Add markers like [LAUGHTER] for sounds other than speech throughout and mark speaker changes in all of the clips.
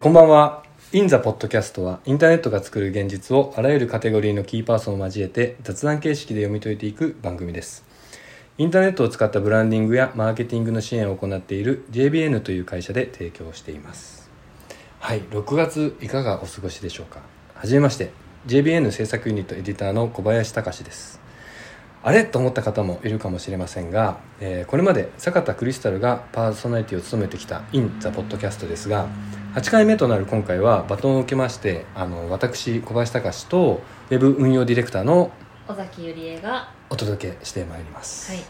Speaker 1: こんばんは。インザポッドキャストはインターネットが作る現実をあらゆるカテゴリーのキーパーソンを交えて雑談形式で読み解いていく番組です。インターネットを使ったブランディングやマーケティングの支援を行っている JBN という会社で提供しています。はい、6月いかがお過ごしでしょうか。はじめまして、JBN 制作ユニットエディターの小林隆です。あれと思った方もいるかもしれませんが、えーこれまで坂田クリスタルがパーソナリティを務めてきた In the Podcast ですが8回目となる今回はバトンを受けましてあの私小林隆とウェブ運用ディレクターの
Speaker 2: 尾崎ゆりえが
Speaker 1: お届けしてまいります、
Speaker 2: はい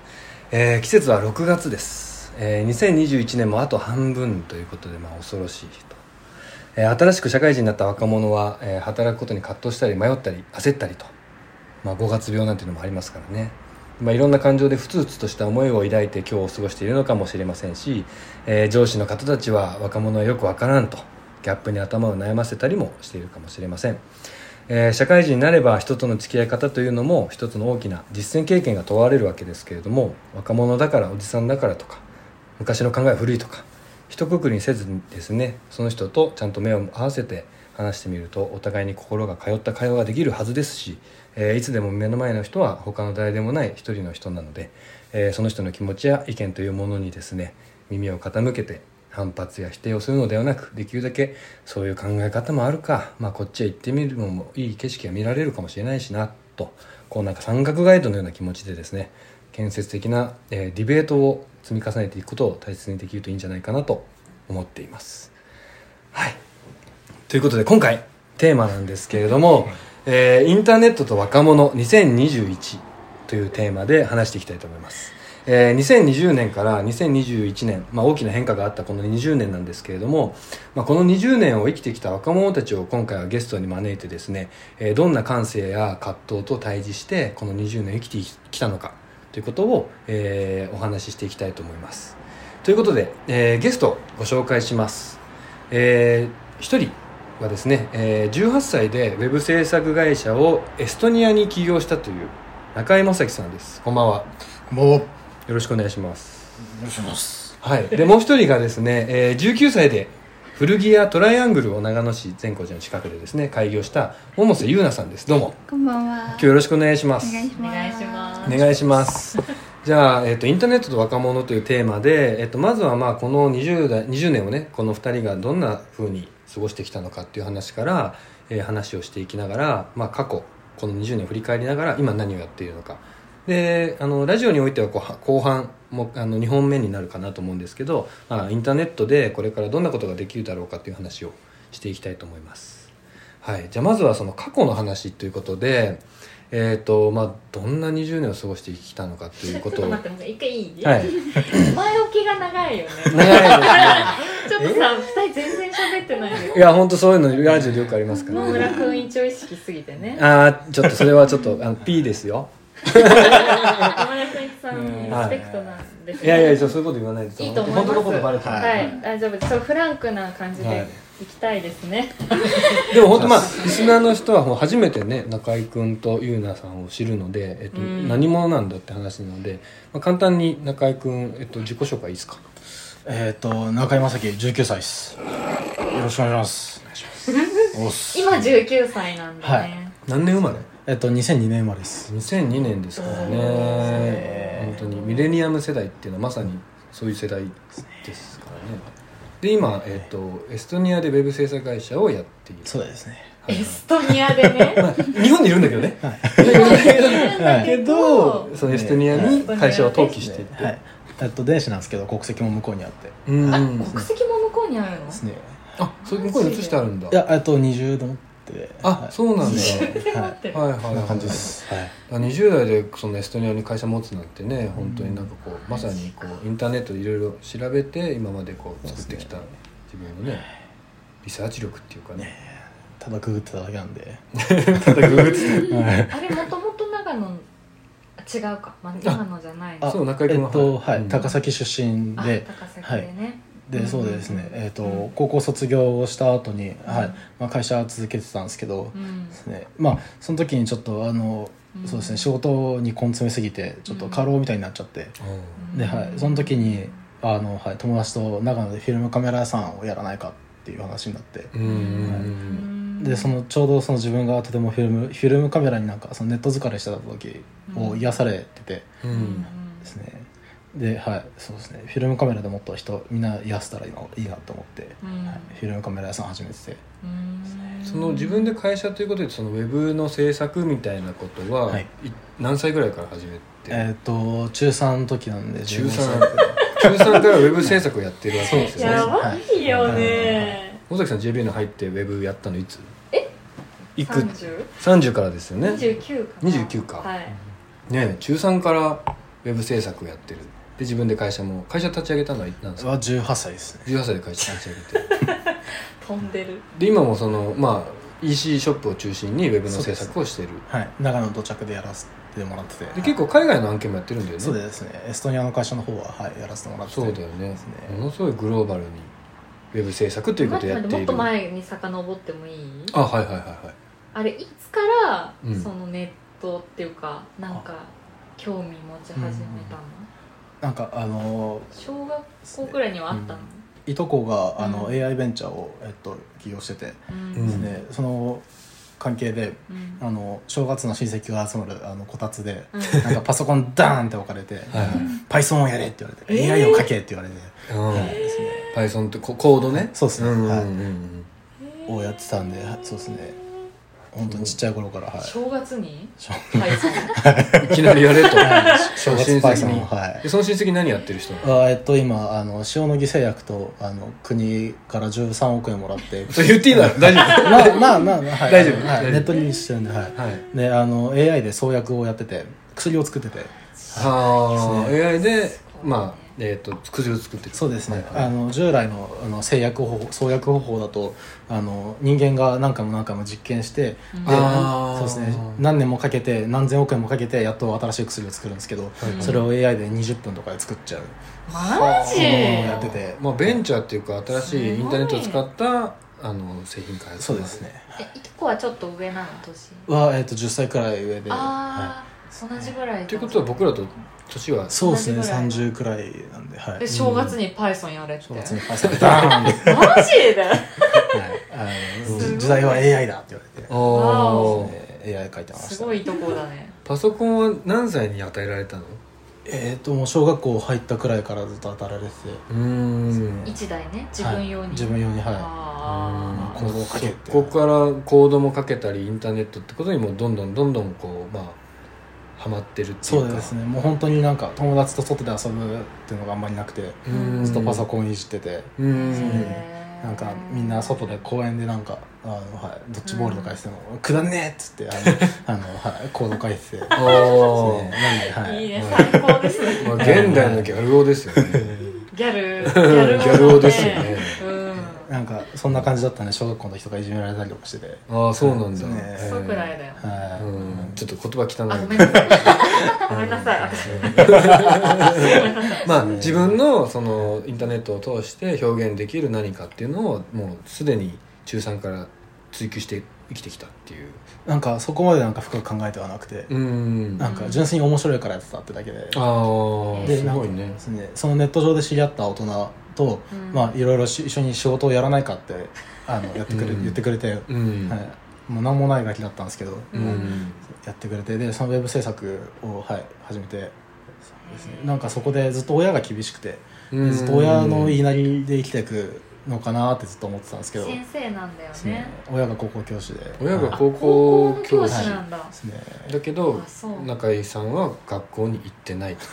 Speaker 1: えー季節は6月です、えー2021年もあと半分ということで、まあ、恐ろしいと、えー新しく社会人になった若者は、えー働くことに葛藤したり迷ったり焦ったりと、まあ、5月病なんていうのもありますからねまあ、いろんな感情でふつふつとした思いを抱いて今日を過ごしているのかもしれませんし、えー上司の方たちは若者はよくわからんとギャップに頭を悩ませたりもしているかもしれません、えー社会人になれば人との付き合い方というのも一つの大きな実践経験が問われるわけですけれども若者だからおじさんだからとか昔の考えは古いとか一括りにせずにですねその人とちゃんと目を合わせて話してみるとお互いに心が通った会話ができるはずですし、えーいつでも目の前の人は他の誰でもない一人の人なので、えーその人の気持ちや意見というものにですね耳を傾けて反発や否定をするのではなくできるだけそういう考え方もあるか、まあ、こっちへ行ってみるのもいい景色が見られるかもしれないしなとこうなんか山岳ガイドのような気持ちでですね建設的な、えーディベートを積み重ねていくことを大切にできるといいんじゃないかなと思っています。はい、ということで今回テーマなんですけれども「えーインターネットと若者2021」というテーマで話していきたいと思います。えー2020年から2021年、まあ、大きな変化があったこの20年なんですけれども、まあ、この20年を生きてきた若者たちを今回はゲストに招いてですね、えーどんな感性や葛藤と対峙してこの20年生きてきたのかということを、えーお話ししていきたいと思いますということで、えーゲストをご紹介します、えー、1人はですね、えー18歳でウェブ制作会社をエストニアに起業したという中井正樹さんですこんばんは
Speaker 3: もう
Speaker 1: よ
Speaker 3: よ
Speaker 1: ろしくお願いします。
Speaker 3: ろしくお願いします
Speaker 1: はい。で、もう一人がですね、えー19歳で古着屋トライアングルを長野市善光寺の近くでですね、開業した百瀬優奈さんです。どうも。
Speaker 4: こんばんは。
Speaker 1: 今日よろしくお願いします。
Speaker 2: お願いします
Speaker 1: お願いします。じゃあ、えっ、と、インターネットと若者というテーマで、えっ、と、まずはまあ、この20代、20年をね、この二人がどんな風に過ごしてきたのかっていう話から、えー話をしていきながら、まあ、過去、この20年を振り返りながら、今何をやっているのか。で、あの、ラジオにおいてはこうは後半も、あの、2本目になるかなと思うんですけど、まあ、インターネットでこれからどんなことができるだろうかっていう話をしていきたいと思います。はい。じゃあ、まずはその過去の話ということで、えっ、と、まあ、どんな20年を過ごしてきたのかというこ
Speaker 2: [LAUGHS] ちょっ
Speaker 1: と
Speaker 2: と
Speaker 1: を。は
Speaker 2: 待っ
Speaker 1: い
Speaker 2: てもう一回いい、。
Speaker 1: 長いで
Speaker 2: 前置きが長いよね
Speaker 1: [LAUGHS]
Speaker 2: [LAUGHS] ちょっとさ二人全然喋ってないよ
Speaker 1: す。いや、本当そういうのラジオでよくありますか
Speaker 2: 野
Speaker 1: ら、
Speaker 2: 村
Speaker 1: ね。
Speaker 2: 君一応意識すぎて
Speaker 1: [LAUGHS]
Speaker 2: ね
Speaker 1: ああ、ちょっとそれはちょっと、あの、P ですよ。
Speaker 2: 野村君さんリスペクトなんです
Speaker 1: いやいや、ちょそういうこと言わないです
Speaker 2: いいと思いま
Speaker 1: 本
Speaker 2: す
Speaker 1: 当のことバレてる
Speaker 3: は
Speaker 2: はい大丈夫ですそうフランクな感じ
Speaker 1: はい
Speaker 2: でいきたいですね、
Speaker 1: でも本当まあリスナーの人はもう初めてね中居君とゆうなさんを知るので、えっと、
Speaker 2: うん
Speaker 1: 何者なんだって話なので、まあ、簡単に中居君、えっと、自己紹介いいですか
Speaker 3: えっ、と中井正樹19歳ですよろしくお願いしますお願いしますおっす
Speaker 2: 今19歳なんだね、
Speaker 1: 何年生まれ
Speaker 3: えっ、と2002年生まれです
Speaker 1: 2002年ですからね本当にミレニアム世代っていうのはまさにそういう世代ですからねで今、えっと、エストニアでウェブ制作会社をやっている
Speaker 3: そうですね
Speaker 2: エストニア
Speaker 1: [LAUGHS]
Speaker 2: でね
Speaker 1: 日本にいるんだけどね
Speaker 3: は
Speaker 1: だけどそのエストニアに会社を登記していて、
Speaker 3: はいえっと電子なんですけど国籍も向こうにあって
Speaker 1: うん
Speaker 2: あ国籍も向こうにあるの
Speaker 3: ですね
Speaker 1: あそれ向こうに移してあるんだ
Speaker 3: いやえっと20度持ってて
Speaker 1: あそうなんだ
Speaker 2: 持ってる
Speaker 1: はいはい、はい、
Speaker 3: こんな感じですはい
Speaker 1: あ20代でそのエストニアに会社持つなんてね本当になんかこうまさにこうインターネットでいろいろ調べて今までこう作ってきた自分のねリサーチ力っていうかね [LAUGHS]
Speaker 3: ただくぐってただけなんで
Speaker 1: ただググって
Speaker 2: あれもともと長野あ違うか、まあ、長野じゃない
Speaker 3: あ
Speaker 1: そう中井君は
Speaker 3: えっと
Speaker 1: はい
Speaker 3: はい、高崎出身
Speaker 2: あ
Speaker 3: で
Speaker 2: 高崎でね、
Speaker 3: でそうでですね、えー、と高校卒業をした後に、はいまあ、会社は続けてたんですけど、
Speaker 2: うん
Speaker 3: ですねまあその時にちょっとあの、
Speaker 2: うん
Speaker 3: そうですね仕事に根詰めすぎてちょっと過労みたいになっちゃって、
Speaker 2: うん
Speaker 3: ではい、その時にあの、はい、友達と長野でフィルムカメラ屋さんをやらないかっていう話になって、
Speaker 1: うんうん
Speaker 3: でそのちょうどその自分がとてもフィルムフィルムカメラになんかそのネット疲れしてた時を癒されてて
Speaker 1: う
Speaker 2: うん
Speaker 1: ん
Speaker 3: ですね、ではいそうですねフィルムカメラでもっと人みんな癒せたらいいないいなと思って、
Speaker 2: うん
Speaker 3: はい、フィルムカメラ屋さん始めてて
Speaker 2: うん
Speaker 1: その自分で会社ということでそのウェブの制作みたいなことは、
Speaker 3: はい
Speaker 1: い何歳ぐらいから始めて、
Speaker 3: えっ、と中3の時なんで
Speaker 1: 中
Speaker 3: 15
Speaker 1: 3
Speaker 3: 歳
Speaker 1: 中3からウェブ制作をやってるわけです [LAUGHS] よね
Speaker 2: やばいよね
Speaker 1: 尾崎さん JB の入ってウェブやったのいつえいく
Speaker 2: 三十
Speaker 1: 30からですよね
Speaker 2: 二十九かな
Speaker 1: 29か
Speaker 2: はい
Speaker 1: ね中3からウェブ制作をやってるで自分で会社も会社立ち上げたのはいつなんですか
Speaker 3: は18歳ですね
Speaker 1: 18歳で会社立ち上げて
Speaker 2: 飛んでる
Speaker 1: で今もそのまあ EC ショップを中心にウェブの制作をしてる
Speaker 3: はい長野到着でやらせてもらってて
Speaker 1: で結構海外の案件もやってるんだよね
Speaker 3: そうですねエストニアの会社の方は、はい、やらせてもらってて
Speaker 1: そうだよね
Speaker 3: すね
Speaker 1: ものすごいグローバルにウェブ制作ということをやってい
Speaker 2: もっ
Speaker 1: る
Speaker 2: と前に遡ってもいい
Speaker 1: あはいはいはいはい
Speaker 2: あれいつから、
Speaker 1: うん
Speaker 2: そのネットっていうかなんか興味持ち始めたの、
Speaker 3: なんかあの
Speaker 2: 小学校くらいにはあったの、
Speaker 3: いとこがあの、
Speaker 2: うん
Speaker 3: AI ベンチャーを、えっと、起業してて、
Speaker 2: うん
Speaker 1: うん
Speaker 2: うん
Speaker 3: でその関係で
Speaker 2: うん
Speaker 3: あの正月の親戚が集まるあのこたつで、
Speaker 2: うん
Speaker 3: なんかパソコンダーンって置かれて
Speaker 1: はいはい
Speaker 3: 「Python をやれ」って言われて「
Speaker 2: えー
Speaker 3: AI を書け」って言われて、はい
Speaker 1: うん
Speaker 3: ですね
Speaker 1: Python ってココードね
Speaker 3: そうですね
Speaker 1: うんうん
Speaker 3: はい
Speaker 1: うん
Speaker 3: をやってたんではいそうですね本当にちっちゃい頃から、はい、
Speaker 2: 正月に
Speaker 3: 正
Speaker 2: はいそう
Speaker 1: うんいきなりやれと
Speaker 3: 正月
Speaker 1: 親戚
Speaker 3: Python
Speaker 1: に
Speaker 3: をはい
Speaker 1: でその親戚何やってる人な
Speaker 3: [LAUGHS]
Speaker 1: の
Speaker 3: あえっと今あの塩野義製薬とあの国から13億円もらって
Speaker 1: [LAUGHS] それ言っていいだろ大丈夫
Speaker 3: まあまあまあ、まあはい、
Speaker 1: 大丈夫
Speaker 3: はい
Speaker 1: 大丈夫
Speaker 3: ネットにリリースしてるんではい
Speaker 1: はい
Speaker 3: であの AI で創薬をやってて薬を作ってて
Speaker 1: はあ、
Speaker 3: で
Speaker 1: AI で、まあ、えっ、と、薬を作ってる。
Speaker 3: そうですね、
Speaker 1: はいはい
Speaker 3: あの従来のあの製薬方法創薬方法だとあの人間が何回も何回も実験して、
Speaker 2: うん
Speaker 3: で
Speaker 1: あー
Speaker 3: そうですね何年もかけて何千億円もかけてやっと新しい薬を作るんですけど、
Speaker 2: い
Speaker 3: それを AI で20分とかで作っちゃう
Speaker 2: マジ
Speaker 3: ものを
Speaker 1: は
Speaker 3: やってて、
Speaker 1: まあ、ベンチャーっていうか、新しいインターネットを使った、あの、製品開発。
Speaker 3: そうです。ね
Speaker 2: えいとこはちょっと上なの年
Speaker 3: は、えっと10歳くらい上で。はい
Speaker 2: ああ、同じぐらい
Speaker 1: ということは、僕らと年は、
Speaker 3: そうですね
Speaker 2: 同じぐらい
Speaker 3: 30くらいなんで、はい、
Speaker 2: で正月に Python やれって
Speaker 3: 正
Speaker 2: マ
Speaker 3: 月
Speaker 2: ジ
Speaker 3: にパスタダーンって、 [LAUGHS]
Speaker 2: で
Speaker 3: はい、あ
Speaker 2: すご
Speaker 3: の
Speaker 2: い
Speaker 3: 時代は AI だって言われて、
Speaker 2: わ
Speaker 1: お
Speaker 2: お
Speaker 1: ー
Speaker 3: えー AI 書いてました
Speaker 2: すごいいとこだね
Speaker 1: パソコンは何歳に与えられたの
Speaker 3: えっ、ともう小学校入ったくらいからずっと働いてて
Speaker 1: うーん。
Speaker 2: 一台ね自分用に、
Speaker 3: はい、自分用には
Speaker 2: あ
Speaker 3: コードをかけて
Speaker 1: そこからコードもかけたりインターネットってことにもどんどんどんどんこうまあハマってるっていうか
Speaker 3: いそうですねもう本当になんか友達と外で遊ぶっていうのがあんまりなくて
Speaker 1: うーん
Speaker 3: ずっとパソコンいじってて、
Speaker 1: うー
Speaker 2: あ、
Speaker 1: ん
Speaker 2: へー
Speaker 3: なんかみんな外で公園でなんかあの、はい、ドッジボールとかしても「くだんねえ!」っつってあ
Speaker 1: [LAUGHS]
Speaker 3: のあの、はい、コード書いてて、ね、
Speaker 1: あ
Speaker 3: なん
Speaker 1: ー
Speaker 3: で、はい
Speaker 2: い
Speaker 3: い、
Speaker 2: ね最高ですね
Speaker 1: まあ現代のギャル男ですよね
Speaker 3: [LAUGHS]
Speaker 2: ギャル、ギャル、
Speaker 1: ギャル男ですよね。
Speaker 2: うん。
Speaker 3: なんかそんな感じだったね小学校の時とかいじめられたりとかしてて。
Speaker 1: ああそうなんだ、
Speaker 3: そうですね
Speaker 2: クソくらいだよ。
Speaker 3: はい
Speaker 1: うんちょっと言葉汚
Speaker 2: あ、ご
Speaker 1: い
Speaker 2: めんなさい。ごめんなさい。私ごめんなさい。
Speaker 1: まあ自分のそのインターネットを通して表現できる何かっていうのをもうすでに中3から追求して生きてきたっていう
Speaker 3: なんかそこまでなんか深く考えてはなくて、
Speaker 1: うん
Speaker 3: なんか純粋に面白いからやってたってだけで,、
Speaker 1: ああ
Speaker 3: です
Speaker 1: ごいね
Speaker 3: ですね、そのネット上で知り合った大人と、
Speaker 2: うん
Speaker 3: まあいろいろし一緒に仕事をやらないかってあのやってくれ、
Speaker 1: うん
Speaker 3: 言ってくれて、
Speaker 1: うん、
Speaker 3: はい、もう何もないガキだったんですけど、
Speaker 1: う
Speaker 2: うん
Speaker 3: やってくれてでそのウェブ制作を、はい、始めてそうです、ね、なんかそこでずっと親が厳しくて、
Speaker 1: うん
Speaker 3: ずっと親の言いなりで生きていくのかなってずっと思ってたんですけど、
Speaker 2: 先生なんだよ
Speaker 3: ですね
Speaker 2: ね。
Speaker 3: 親が高校教師で
Speaker 1: 親が
Speaker 3: はい
Speaker 1: 高
Speaker 2: 高校
Speaker 1: 校
Speaker 2: の
Speaker 1: 教
Speaker 2: 教
Speaker 1: 師
Speaker 2: 師なんだ
Speaker 3: で。すね
Speaker 1: だけど
Speaker 2: あそう
Speaker 1: 中井さんは学校に行ってないと、
Speaker 3: [LAUGHS]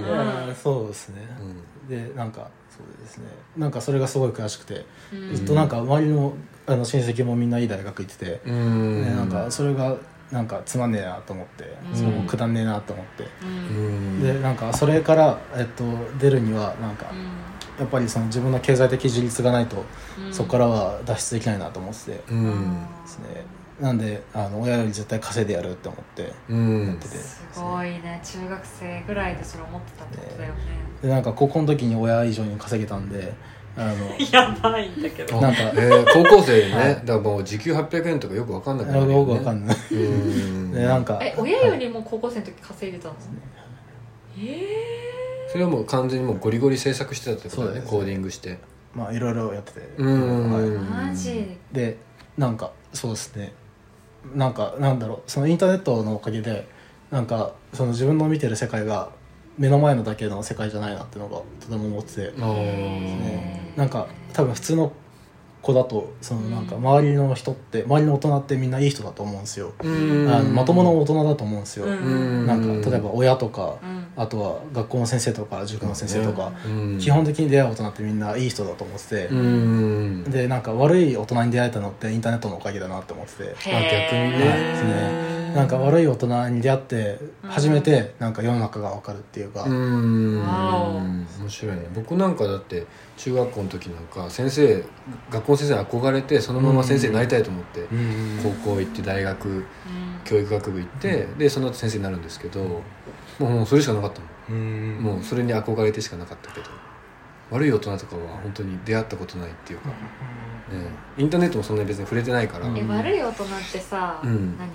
Speaker 2: うん
Speaker 3: うんそうですね、
Speaker 1: うん
Speaker 3: でなんかそうですねなんかそれがすごい悔しくて、
Speaker 2: うん
Speaker 3: ずっとなんか周りのあの親戚もみんないい大学行ってて、
Speaker 1: うん
Speaker 3: でなんかそれがなんかつまんねえなと思って、
Speaker 2: うん
Speaker 3: それもくだんねえなと思って、
Speaker 2: う。
Speaker 1: うんん
Speaker 3: でなんかそれから、えっと、出るにはなんか、やっぱりその自分の経済的自立がないと、
Speaker 2: うん
Speaker 3: そこからは脱出できないなと思ってて、
Speaker 1: う
Speaker 2: うんん
Speaker 3: ですねなんであの親より絶対稼いでやるって思って
Speaker 1: うん
Speaker 3: てて
Speaker 2: すごいね中学生ぐらいでそれ思ってたってことだよね
Speaker 3: でなんか高校の時に親以上に稼げたんであ
Speaker 1: [LAUGHS]
Speaker 3: の
Speaker 2: やばいんだけど
Speaker 3: なん
Speaker 1: え
Speaker 3: か
Speaker 1: ー高校生ね、だからもう時給800円とかよくわかんなくなるよね
Speaker 3: よくわかんない
Speaker 1: うん
Speaker 3: でなんか
Speaker 2: え親よりも高校生の時稼いでたんですねえ
Speaker 1: それはもう完全にもうゴリゴリ制作してたってことだね
Speaker 3: そうです
Speaker 1: コーディングして
Speaker 3: まあいろいろやってて
Speaker 1: うん
Speaker 3: はい
Speaker 2: ー、マジ
Speaker 3: でなんかそうですねなんかなんだろうそのインターネットのおかげでなんかその自分の見てる世界が目の前のだけの世界じゃないなってのがとても思ってて
Speaker 1: あー
Speaker 2: へー
Speaker 3: なんか多分普通の子だとそのなんか周りの人って周りの大人ってみんないい人だと思うんですよ、
Speaker 1: うん
Speaker 3: あのまともな大人だと思うんですよ、
Speaker 2: うん
Speaker 3: なんか例えば親とか、
Speaker 2: うん
Speaker 3: あとは学校の先生とか塾の先生とか、
Speaker 1: うん
Speaker 3: 基本的に出会う大人ってみんないい人だと思ってて、
Speaker 1: うん
Speaker 3: でなんか悪い大人に出会えたのってインターネットのおかげだなって思ってて
Speaker 1: あ逆にね
Speaker 2: へ
Speaker 3: です
Speaker 2: ー
Speaker 3: ねなんか悪い大人に出会って
Speaker 2: うん
Speaker 3: 初めてなんか世の中が分かるっていうか、
Speaker 1: うん
Speaker 2: わお
Speaker 1: 面白いね僕なんかだって中学校の時なんか先生学校の先生に憧れてそのまま先生になりたいと思って高校行って大学
Speaker 2: うん
Speaker 1: 教育学部行ってでその後先生になるんですけどもうもうそれしかなかったも
Speaker 3: うん
Speaker 1: んもうそれに憧れてしかなかったけど悪い大人とかは本当に出会ったことないっていうか、ね、インターネットもそんなに別に触れてないから、
Speaker 3: うん
Speaker 2: え悪い大人ってさ、
Speaker 1: うん
Speaker 2: 何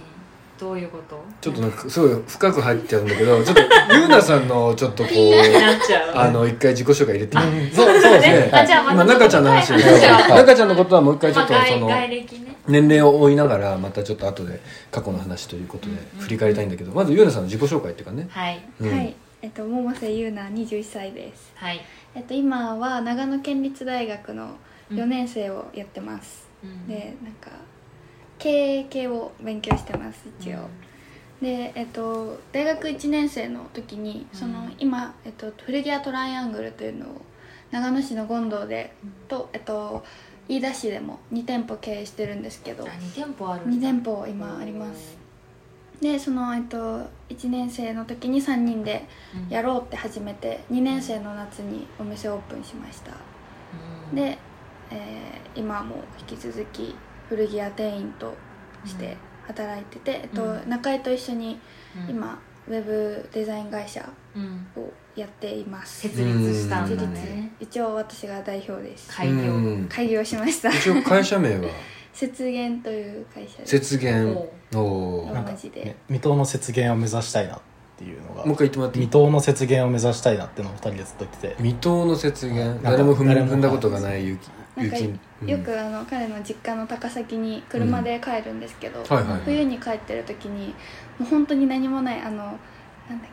Speaker 2: どういうこと
Speaker 1: ちょっとなんかすごい深く入っちゃうんだけどちょっとゆうなさんのちょっとこう
Speaker 2: なっちゃう
Speaker 1: あの一回自己紹介入れてみて
Speaker 3: うんそうそうですね
Speaker 2: あじゃあま
Speaker 1: 今
Speaker 2: た
Speaker 1: 中ちゃんの話
Speaker 2: ちょっ
Speaker 1: で
Speaker 2: と深い話を
Speaker 1: 中ちゃんのことはもう一回ちょっと
Speaker 2: まあ
Speaker 1: そ
Speaker 2: 外
Speaker 1: の
Speaker 2: 外歴ね
Speaker 1: 年齢を追いながらまたちょっと後で過去の話ということで
Speaker 2: うん
Speaker 1: 振り返りたいんだけどまずゆうなさんの自己紹介っていうかね
Speaker 2: はい
Speaker 1: うん
Speaker 4: はい、えっと、百瀬優奈、二十一歳です。
Speaker 2: はい、
Speaker 4: えっと、今は長野県立大学の四年生をやってます。
Speaker 2: うん
Speaker 4: で、なんか。経営系を勉強してます、一応。で、えっと、大学一年生の時に、
Speaker 2: うん
Speaker 4: その、今、えっと、古着屋トライアングルというのを。長野市の権堂で、と、えっと、飯田市でも、二店舗経営してるんですけ
Speaker 2: あ
Speaker 4: ど。
Speaker 2: 二店舗ある
Speaker 4: 二店舗今あります。で、その、えっと、一年生の時に三人で。
Speaker 2: うん
Speaker 4: やろうって始めて2年生の夏にお店オープンしました
Speaker 2: うん
Speaker 4: で、えー今も引き続き古着屋店員として働いてて、えっと
Speaker 2: うん
Speaker 4: 中井と一緒に
Speaker 2: うん
Speaker 4: 今ウェブデザイン会社
Speaker 2: うん
Speaker 4: をやっています
Speaker 2: 設立したんだ
Speaker 1: うん
Speaker 2: ね
Speaker 4: 一応私が代表です
Speaker 2: 開業
Speaker 1: うん
Speaker 4: 開業しました [LAUGHS]
Speaker 1: 一応会社名は
Speaker 4: 雪原という会社です
Speaker 1: 雪原
Speaker 2: お
Speaker 1: おお
Speaker 4: な
Speaker 1: ー
Speaker 4: んかマジで
Speaker 3: ね未踏の雪原を目指したいなっていうのが
Speaker 1: もう一回言ってもらってい
Speaker 3: 未
Speaker 1: い
Speaker 3: 踏の雪原を目指したいなってのを二人でずっと言ってて
Speaker 1: 未踏の雪原
Speaker 3: なんか
Speaker 1: 誰も踏み
Speaker 3: 誰も
Speaker 1: 踏んだことがない雪
Speaker 4: なんか
Speaker 1: 雪うん
Speaker 4: よくあの彼の実家の高崎に車で帰るんですけど、
Speaker 1: はいはい
Speaker 4: 冬に帰ってる時にもう本当に何もないあのなんだっ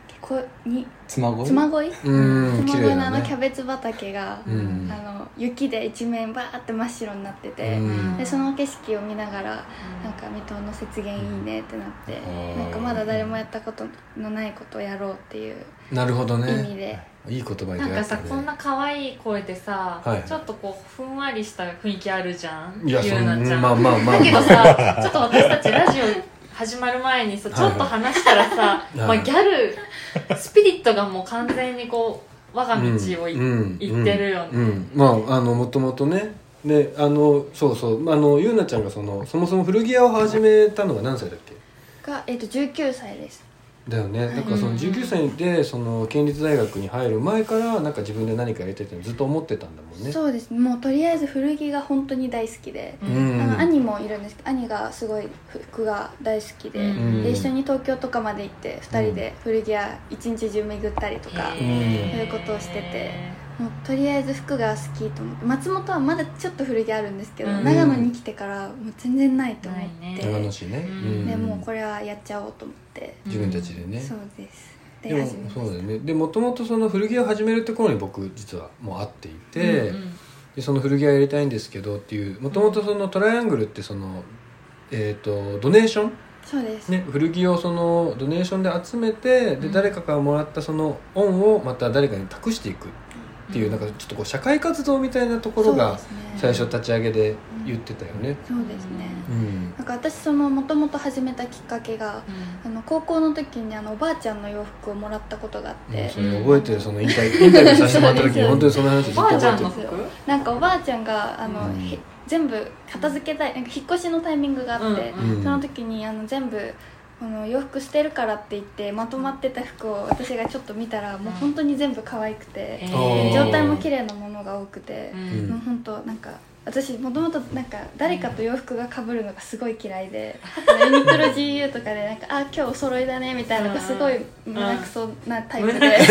Speaker 4: けこうに
Speaker 3: 妻恋
Speaker 4: 嬬恋
Speaker 1: うん綺
Speaker 4: 嬬
Speaker 1: 麗
Speaker 4: 恋のあ
Speaker 1: だ
Speaker 4: のキ
Speaker 1: ね
Speaker 4: ャベツ畑が、
Speaker 1: うん
Speaker 4: あの雪で一面バーって真っ白になってて、
Speaker 1: うん
Speaker 4: でその景色を見ながら
Speaker 2: うん
Speaker 4: なんか未踏の雪原いいねってなって、
Speaker 1: うん
Speaker 4: なんかまだ誰もやったことのないことをやろうっていう
Speaker 1: なるほど
Speaker 4: 意味
Speaker 1: ね
Speaker 4: で、
Speaker 1: いい言葉に
Speaker 2: なん
Speaker 1: 出会
Speaker 2: か
Speaker 1: った
Speaker 2: さこん
Speaker 1: ね
Speaker 2: な可愛い声でさ、
Speaker 1: はい
Speaker 2: ちょっとこうふんわりした雰囲気あるじゃん
Speaker 1: いや
Speaker 2: ゆ
Speaker 1: そ
Speaker 2: うんなちゃん、
Speaker 1: まあまあまあ
Speaker 2: だけど
Speaker 1: まあ
Speaker 2: さちょっと私たちラジオ始まる前にさ
Speaker 1: は
Speaker 2: ち
Speaker 1: いは
Speaker 2: ょ
Speaker 1: い
Speaker 2: っと話したらさ、
Speaker 1: い
Speaker 2: まあ、ギャルスピリットがもう完全にこう我が道をい、
Speaker 1: うん
Speaker 2: 行ってるよね
Speaker 1: うんうんまああのもともとねであのそうそうまああのゆうなちゃんがそのそもそも古着屋を始めたのが何歳だっけ
Speaker 4: が、えっと19歳です
Speaker 1: だよねだからそ
Speaker 2: うん
Speaker 1: の19歳でその県立大学に入る前からなんか自分で何かやりたいってずっと思ってたんだもんね
Speaker 4: そうですねもうとりあえず古着が本当に大好きで、
Speaker 1: う
Speaker 4: あの
Speaker 1: ん
Speaker 4: 兄もいるんですけど兄がすごい服が大好きで,、
Speaker 2: うん
Speaker 4: で一緒に東京とかまで行って2人で古着屋一日中巡ったりとか、
Speaker 2: へ
Speaker 1: ー
Speaker 4: そういうことをしててもうとりあえず服が好きと思って松本はまだちょっと古着あるんですけど、
Speaker 2: うん
Speaker 4: 長野に来てからもう全然ないと思っ
Speaker 2: ないね
Speaker 4: て、
Speaker 1: 長野市ね、
Speaker 2: うん
Speaker 1: ん
Speaker 4: でもうこれはやっちゃおうと思って、
Speaker 1: 自分たちでね、
Speaker 4: そうですで
Speaker 1: でも
Speaker 4: 始めました
Speaker 1: そうだよねでもともとその古着屋を始めるって頃に僕実はもう会っていて、
Speaker 2: うんうん
Speaker 1: でその古着屋やりたいんですけどっていうもともとそのトライアングルってそのえっ、とドネーション
Speaker 4: そうです、
Speaker 1: ね、古着をそのドネーションで集めてで
Speaker 2: うん
Speaker 1: 誰かからもらったその恩をまた誰かに託していくっていうなんかちょっとこう社会活動みたいなところが
Speaker 4: そう
Speaker 1: 最
Speaker 4: ですね
Speaker 1: 初立ち上げで言ってたよね。
Speaker 4: そうですね
Speaker 1: うん
Speaker 4: なんか私そのもともと始めたきっかけがあの高校の時にあのおばあちゃんの洋服をもらったことがあって、
Speaker 1: もうそれ覚えてるそのインタビュ
Speaker 4: [LAUGHS]
Speaker 1: ーインタビューさせてもらった時に本当にその話ずっ
Speaker 2: お
Speaker 1: と
Speaker 2: ばあち
Speaker 1: 覚
Speaker 2: ゃ
Speaker 1: え
Speaker 2: ん
Speaker 1: てる
Speaker 2: の服
Speaker 4: なんかおばあちゃんがあの、
Speaker 1: うん
Speaker 4: へ全部片付けたいなんか引っ越しのタイミングがあって、
Speaker 2: うん
Speaker 1: うん
Speaker 4: その時にあの全部あの洋服捨てるからって言ってまとまってた服を私がちょっと見たらもう本当に全部可愛くて、
Speaker 1: へー
Speaker 4: 状態も綺麗なものが多くて
Speaker 2: う、
Speaker 1: うん
Speaker 2: ん
Speaker 4: もう本当なんか私もともとなんか誰かと洋服が被るのがすごい嫌いで、ユニクロ GU とかでなんかあ今日お揃いだねみたいなのがすごい胸くそなタイプで、
Speaker 2: 胸く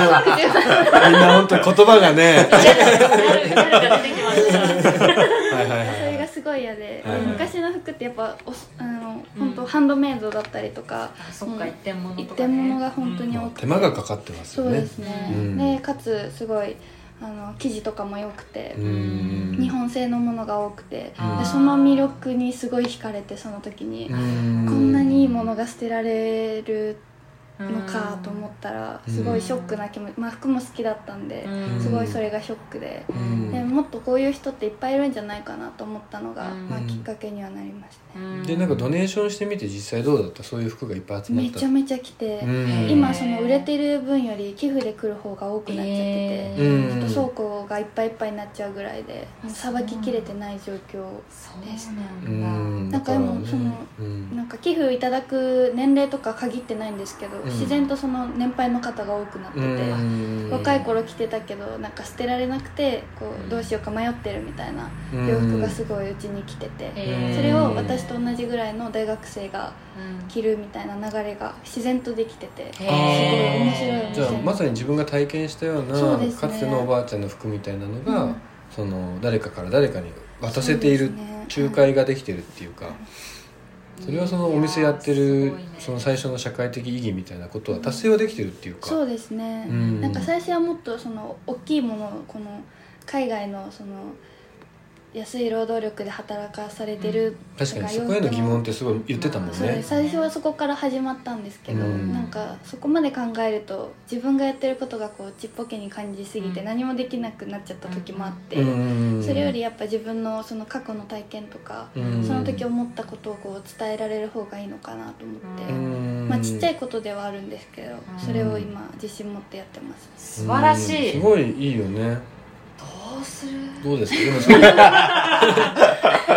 Speaker 1: みんな本当に言葉がね
Speaker 2: 誰か出てきました
Speaker 1: [LAUGHS] はいはい
Speaker 4: それ
Speaker 1: は
Speaker 4: が
Speaker 1: い
Speaker 4: すごい嫌で、
Speaker 1: はい
Speaker 4: 昔の服ってやっぱおすあの
Speaker 2: うん
Speaker 4: 本当ハンドメイドだったりとか、
Speaker 2: そっか一点物とかね
Speaker 4: 一点物が本当に多くて、
Speaker 1: 手間がかかってます
Speaker 4: そ
Speaker 1: よ
Speaker 4: うで
Speaker 1: ね
Speaker 4: すね、
Speaker 1: うん
Speaker 4: でかつすごいあの生地とかも良くて、
Speaker 1: うん
Speaker 4: 日本製のものが多くて、
Speaker 2: うん
Speaker 4: でその魅力にすごい惹かれてその時に、
Speaker 1: う
Speaker 4: こんなにいいものが捨てられるのかと思ったら
Speaker 1: うん
Speaker 4: すごいショックな気持ち、まあ、服も好きだったんで、
Speaker 2: うん
Speaker 4: すごいそれがショックで。
Speaker 1: う
Speaker 4: で
Speaker 1: ん
Speaker 4: もっとこういう人っていっぱいいるんじゃないかなと思ったのが、
Speaker 2: うん
Speaker 4: まあ、きっかけにはなりましたね、
Speaker 1: でなんかドネーションしてみて実際どうだったそういう服がいっぱい集まっ
Speaker 4: め
Speaker 1: た
Speaker 4: ちゃめちゃ来て、
Speaker 1: うん
Speaker 4: 今その売れてる分より寄付で来る方が多くなっちゃって
Speaker 1: う
Speaker 4: て、ちょっ
Speaker 1: ん
Speaker 4: と倉庫がいっぱいいっぱいになっちゃうぐらいで
Speaker 2: あ
Speaker 4: さばききれてない状況
Speaker 2: そう
Speaker 4: です
Speaker 1: う
Speaker 2: なん
Speaker 1: ん
Speaker 2: だ
Speaker 4: なんかでもその
Speaker 1: うん
Speaker 4: なんか寄付いただく年齢とか限ってないんですけど、
Speaker 1: ん
Speaker 4: 自然とその年配の方が多くなってて、
Speaker 1: うん
Speaker 4: 若い頃着てたけどなんか捨てられなくてこうどうしようか迷ってるみたいな洋服がすごいうちに来てて、
Speaker 2: うん
Speaker 4: それを私と同じぐらいの大学生が着るみたいな流れが自然とできてて、
Speaker 2: すごい
Speaker 1: 面
Speaker 4: 白い
Speaker 1: じゃあまさに自分が体験したような
Speaker 4: そうですね
Speaker 1: かつてのおばあちゃんの服みたいなのが、
Speaker 4: うん
Speaker 1: その誰かから誰かに渡せてい
Speaker 4: そう
Speaker 1: る、
Speaker 4: ですね
Speaker 1: 仲介ができてるっていうか、それはそのお店やって
Speaker 2: いやーす
Speaker 1: る
Speaker 2: ごいね
Speaker 1: その最初の社会的意義みたいなことは達成はできてるっていうか、
Speaker 4: そうですね、
Speaker 1: うん
Speaker 4: なんか最初はもっとその大きいものをこの海外のその安い労働力で働かされてる、
Speaker 1: 確かにそこへの疑問ってすごい言ってたもん
Speaker 4: そうで
Speaker 1: ね
Speaker 4: す最初はそこから始まったんですけ
Speaker 1: う
Speaker 4: ど、
Speaker 1: ん
Speaker 4: なんかそこまで考えると自分がやってることがこうちっぽけに感じすぎて
Speaker 2: うん
Speaker 4: 何もできなくなっちゃった時もあって、
Speaker 1: うん
Speaker 4: それよりやっぱ自分のその過去の体験とか、
Speaker 1: うん
Speaker 4: その時思ったことをこう伝えられる方がいいのかなと思って、
Speaker 1: うん
Speaker 4: まあ、ちっちゃいことではあるんですけどそれを今自信持ってやってます、
Speaker 2: 素晴らしい
Speaker 1: うんす
Speaker 2: ど
Speaker 1: ごいいいよね
Speaker 2: うする
Speaker 1: どうですかでもそれ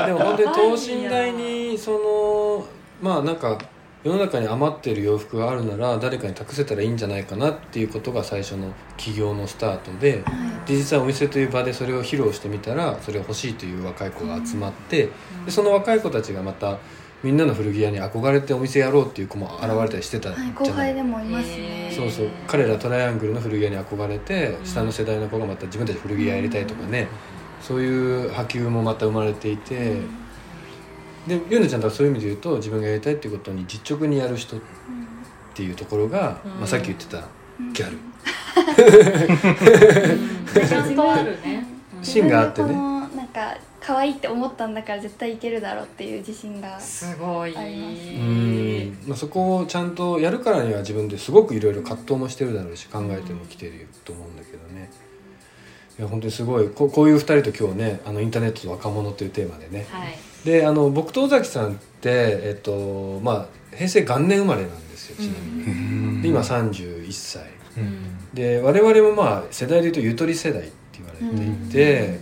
Speaker 1: でも本当に等身大にそのまあなんか世の中に余っている洋服があるなら誰かに託せたらいいんじゃないかなっていうことが最初の起業のスタートで
Speaker 4: は
Speaker 1: 実際お店という場でそれを披露してみたらそれを欲しいという若い子が集まってでその若い子たちがまたみんなの古着屋に憧れてお店やろうっていう子も現れたりしてた
Speaker 4: い、はい、
Speaker 1: じ
Speaker 4: 後
Speaker 1: ゃない
Speaker 4: 輩でもいますね、
Speaker 2: へー
Speaker 1: そうそう彼らトライアングルの古着屋に憧れて下の世代の子がまた自分たち古着屋やりたいとかねそういう波及もまた生まれていて、でゆうなちゃんとはそういう意味で言うと自分がやりたいっていうことに実直にやる人っていうところが、
Speaker 2: うん
Speaker 1: まあ、さっき言ってた
Speaker 4: うん
Speaker 1: ギャル、
Speaker 2: ちゃんとあるね
Speaker 1: シンがあってね
Speaker 4: 自分がこのなんか可愛いって思ったんだから絶対いけるだろうっていう自信が
Speaker 2: すごい
Speaker 1: うんまあ、そこをちゃんとやるからには自分ですごくいろいろ葛藤もしてるだろうし考えてもきてると思うんだけどねいや本当にすごいこうこういう2人と今日ねあのインターネットと若者というテーマでね、
Speaker 2: はい
Speaker 1: であの僕と尾崎さんって、えっとまあ、平成元年生まれなんですよちなみに、で今31歳
Speaker 2: うん
Speaker 1: で我々もまあ世代でいうとゆとり世代って言われていて、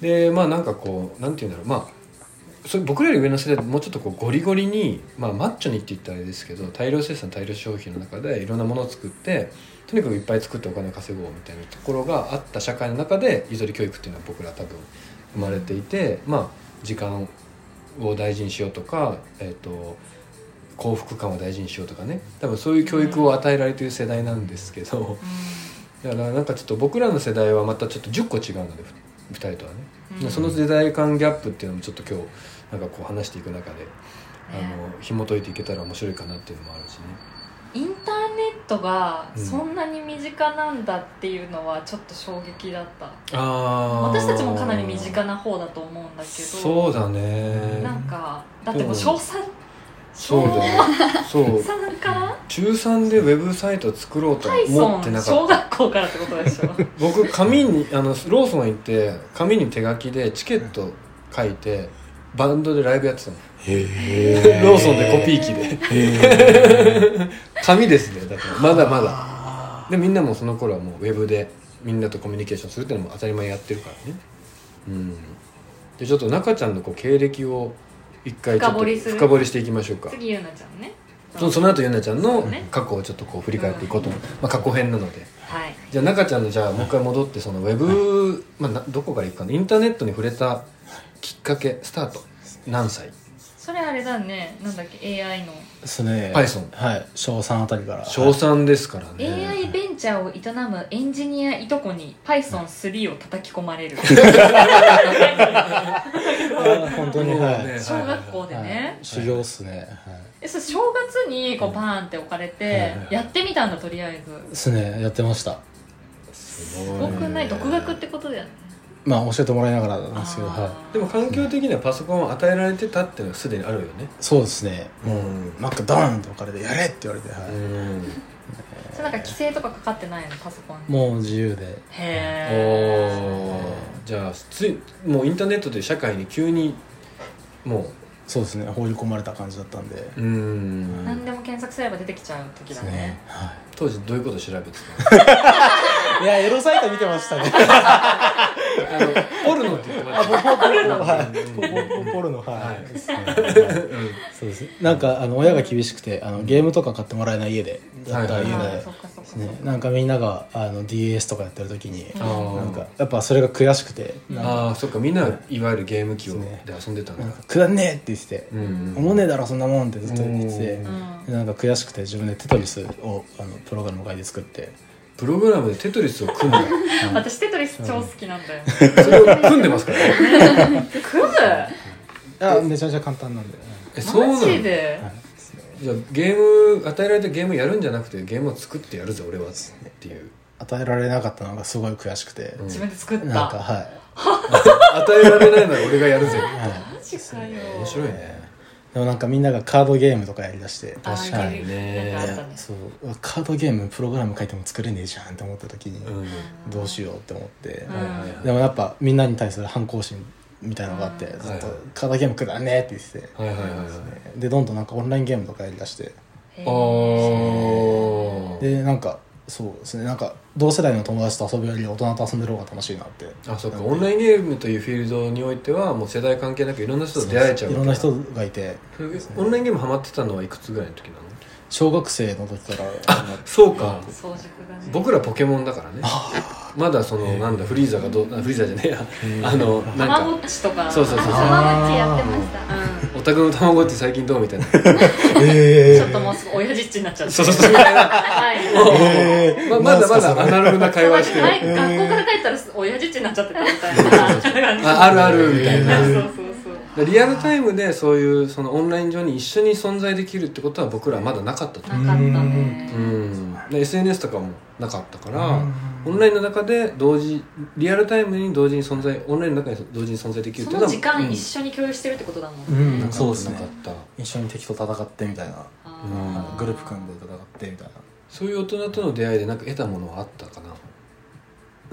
Speaker 1: でまあなんかこうなんて言うんだろうまあそれ僕らより上の世代もうちょっとこうゴリゴリに、まあ、マッチョにって言ったらあれですけど大量生産大量消費の中でいろんなものを作ってとにかくいっぱい作ってお金を稼ごうみたいなところがあった社会の中でゆとり教育っていうのは僕ら多分生まれていてまあ時間を大事にしようとか、えっと幸福感を大事にしようとかね多分そういう教育を与えられている世代なんですけど。だからなんかちょっと僕らの世代はまたちょっと10個違うので2人とはね、
Speaker 2: うん
Speaker 1: その世代間ギャップっていうのもちょっと今日なんかこう話していく中で、
Speaker 2: ね
Speaker 1: あの紐解いていけたら面白いかなっていうのもあるしね
Speaker 2: インターネットがそんなに身近なんだっていうのはちょっと衝撃だった
Speaker 1: あ
Speaker 2: 私たちもかなり身近な方だと思うんだけど
Speaker 1: そうだね
Speaker 2: なんかだってもう小3
Speaker 1: そうだよそう
Speaker 2: さんから
Speaker 1: 中3でウェブサイト作ろうとは思って
Speaker 2: Python [LAUGHS]
Speaker 1: なか
Speaker 2: 小
Speaker 1: った
Speaker 2: 学校からってことでしょ
Speaker 1: [LAUGHS] 僕紙にあのローソン行って紙に手書きでチケット書いてバンドでライブやってたの、
Speaker 5: へ
Speaker 1: [LAUGHS] ローソンでコピー機で紙ですねだ [LAUGHS] からまだまだでみんなもその頃はもうウェブでみんなとコミュニケーションするっていうのも当たり前やってるからねうんでちょっと中ちゃんのこう経歴を一回ちょっと
Speaker 2: 深掘りする
Speaker 1: 深掘りしていきましょうか
Speaker 2: 次ゆうなちゃんね
Speaker 1: そのその後ゆなちゃんの
Speaker 2: そうね
Speaker 1: 過去をちょっとこう振り返っていこうと思う、まあ、過去編なので
Speaker 2: はい
Speaker 1: じゃあ中ちゃんのじゃあもう一回戻ってそのウェブ、まあ、などこからいくかなインターネットに触れたきっかけスタート何歳
Speaker 2: それあれだねなんだっけ AI の
Speaker 3: ですね
Speaker 1: Python
Speaker 3: はい小3あたりから
Speaker 1: 小3ですからね、
Speaker 2: AI ベンチャーを営むエンジニアいとこに Python3 を叩き込
Speaker 1: [LAUGHS]
Speaker 2: まれる
Speaker 3: はい本当に
Speaker 1: そうだ
Speaker 3: はい
Speaker 1: ね
Speaker 2: 小学校で
Speaker 3: はい
Speaker 2: ね
Speaker 3: 修行っすね、はい
Speaker 2: えそれ正月にこうバーンって置かれてやってみたんだとりあえず
Speaker 3: ですねやってました
Speaker 1: す
Speaker 2: すごくない独学ってことだよね
Speaker 3: まあ教えてもらいながらなんですけど
Speaker 2: あ
Speaker 3: はい
Speaker 2: ー
Speaker 1: でも環境的にはパソコンを与えられてたっていうのはすでにあるよね
Speaker 3: そうですね
Speaker 1: う
Speaker 3: もうんマックドーンって置かれてやれって言われて、はい
Speaker 2: それなんか規制とかかかってないのパソコンに
Speaker 3: もう自由で
Speaker 2: へ
Speaker 1: お
Speaker 2: え
Speaker 1: おじゃあついもうインターネットという社会に急にも
Speaker 3: そうですね放り込まれた感じだったんで
Speaker 1: ううん
Speaker 2: 何でも検索すれば出てきちゃう時だね
Speaker 3: は
Speaker 1: 当時どういうこと調べて
Speaker 3: い、いやエロサイト見てましたね
Speaker 1: たのあのポルノって言ってました
Speaker 3: はいポポポルノはいですねはいそうですなんかあの親が厳しくてあのゲームとか買ってもらえない家でだった
Speaker 1: は
Speaker 3: 家
Speaker 1: い
Speaker 3: で、
Speaker 1: は
Speaker 2: あーそっかそっかそっ
Speaker 3: ね
Speaker 2: か、
Speaker 3: なんかみんながあの DS とかやってる時に
Speaker 1: あー
Speaker 3: なんかやっぱそれが悔しくてなんか
Speaker 1: あーそっかみんないわゆるゲーム機を
Speaker 3: ね
Speaker 1: で遊んでたんだ
Speaker 3: なんかくだんねえって言ってて
Speaker 1: うんうん
Speaker 3: 「おもんねえだろそんなもん」ってずっと言ってて
Speaker 1: う
Speaker 2: うん
Speaker 3: でなんか悔しくて自分でテトリスをあのプログラム書いて作って
Speaker 1: プログラムでテトリスを組んで
Speaker 2: 私テトリス超好きなんだよ
Speaker 1: それを組んでますからね
Speaker 2: 組む
Speaker 3: あめちゃめちゃ簡単なんで、
Speaker 1: えそうな
Speaker 2: マ
Speaker 1: の
Speaker 2: ジで
Speaker 3: はい
Speaker 1: じゃあゲーム与えられたゲームやるんじゃなくてゲームを作ってやるぜ俺はって [LAUGHS] いう
Speaker 3: 与えられなかったのがすごい悔しくて、
Speaker 2: 自分で作っ
Speaker 3: なんか
Speaker 2: た
Speaker 3: はい、
Speaker 1: 与えられないなら俺がやるぜ
Speaker 3: はい、
Speaker 2: マジかよ
Speaker 1: 面白いね
Speaker 3: でもなんかみんながカードゲームとかやりだして
Speaker 2: あー
Speaker 1: 確かにね
Speaker 2: なんかあった
Speaker 3: いやそううわカードゲームプログラム書いても作れねえじゃんって思った時に、
Speaker 1: うん
Speaker 3: どうしようって思って、
Speaker 2: うん
Speaker 1: はいはい
Speaker 3: でもやっぱみんなに対する反抗心みたいなのがあって、ずっと
Speaker 1: はいはい
Speaker 3: 「カードゲームくだらねえ」って言ってて、
Speaker 1: はいはいはいはい
Speaker 3: でどんどんなんかオンラインゲームとかやりだして
Speaker 2: へ
Speaker 1: あー
Speaker 3: でなんかそうですねなんか同世代の友達と遊ぶより大人と遊んでる方が楽しいなって
Speaker 1: あそっかオンラインゲームというフィールドにおいてはもう世代関係なくいろんな人と出会えちゃう
Speaker 3: いろん
Speaker 1: わ
Speaker 3: な
Speaker 1: けだ
Speaker 3: 人がいて
Speaker 1: オンラインゲームハマってたのはいくつぐらいの時なの
Speaker 3: 小学生の時から
Speaker 1: そうか
Speaker 2: 早熟だね
Speaker 1: 僕らポケモンだからねまだそのなんだフリーザがどうあフリーザじゃねえやあの
Speaker 2: たまご
Speaker 1: なん
Speaker 2: っ
Speaker 1: か
Speaker 2: ちとか
Speaker 1: そうそう
Speaker 4: あ
Speaker 1: そ
Speaker 4: た
Speaker 1: う
Speaker 4: まごっちやってました
Speaker 2: う
Speaker 1: お宅の卵って最近どうみたいな
Speaker 2: ん
Speaker 3: え
Speaker 2: ちょっともうすぐ親父っちになっちゃって
Speaker 1: そうそうそうみたいな
Speaker 2: はい
Speaker 3: え
Speaker 1: ままだまだアナログな会話してる
Speaker 2: はい、学校から帰ったら親父っちになっちゃってたみた
Speaker 1: [LAUGHS]
Speaker 2: いな感じ
Speaker 1: ああるあるみたいな
Speaker 2: そうそうそう
Speaker 1: リアルタイムでそういうそのオンライン上に一緒に存在できるってことは僕らはまだなかったと
Speaker 2: なかったね
Speaker 1: うんで SNS とかもなかったからオンラインの中で同時リアルタイムに同時に存在オンラインの中に同時に存在できるっ
Speaker 2: そ
Speaker 1: ていうの
Speaker 2: の
Speaker 1: は
Speaker 2: 時間一緒に共有してるってことだもん
Speaker 3: う
Speaker 2: ね
Speaker 3: ん
Speaker 1: なか
Speaker 3: そうです
Speaker 1: なかっ
Speaker 3: ね
Speaker 1: た
Speaker 3: 一緒に敵と戦ってみたいな
Speaker 2: あ
Speaker 3: グループ組んで戦ってみたいな
Speaker 1: そういう大人との出会いでなんか得たものはあったかな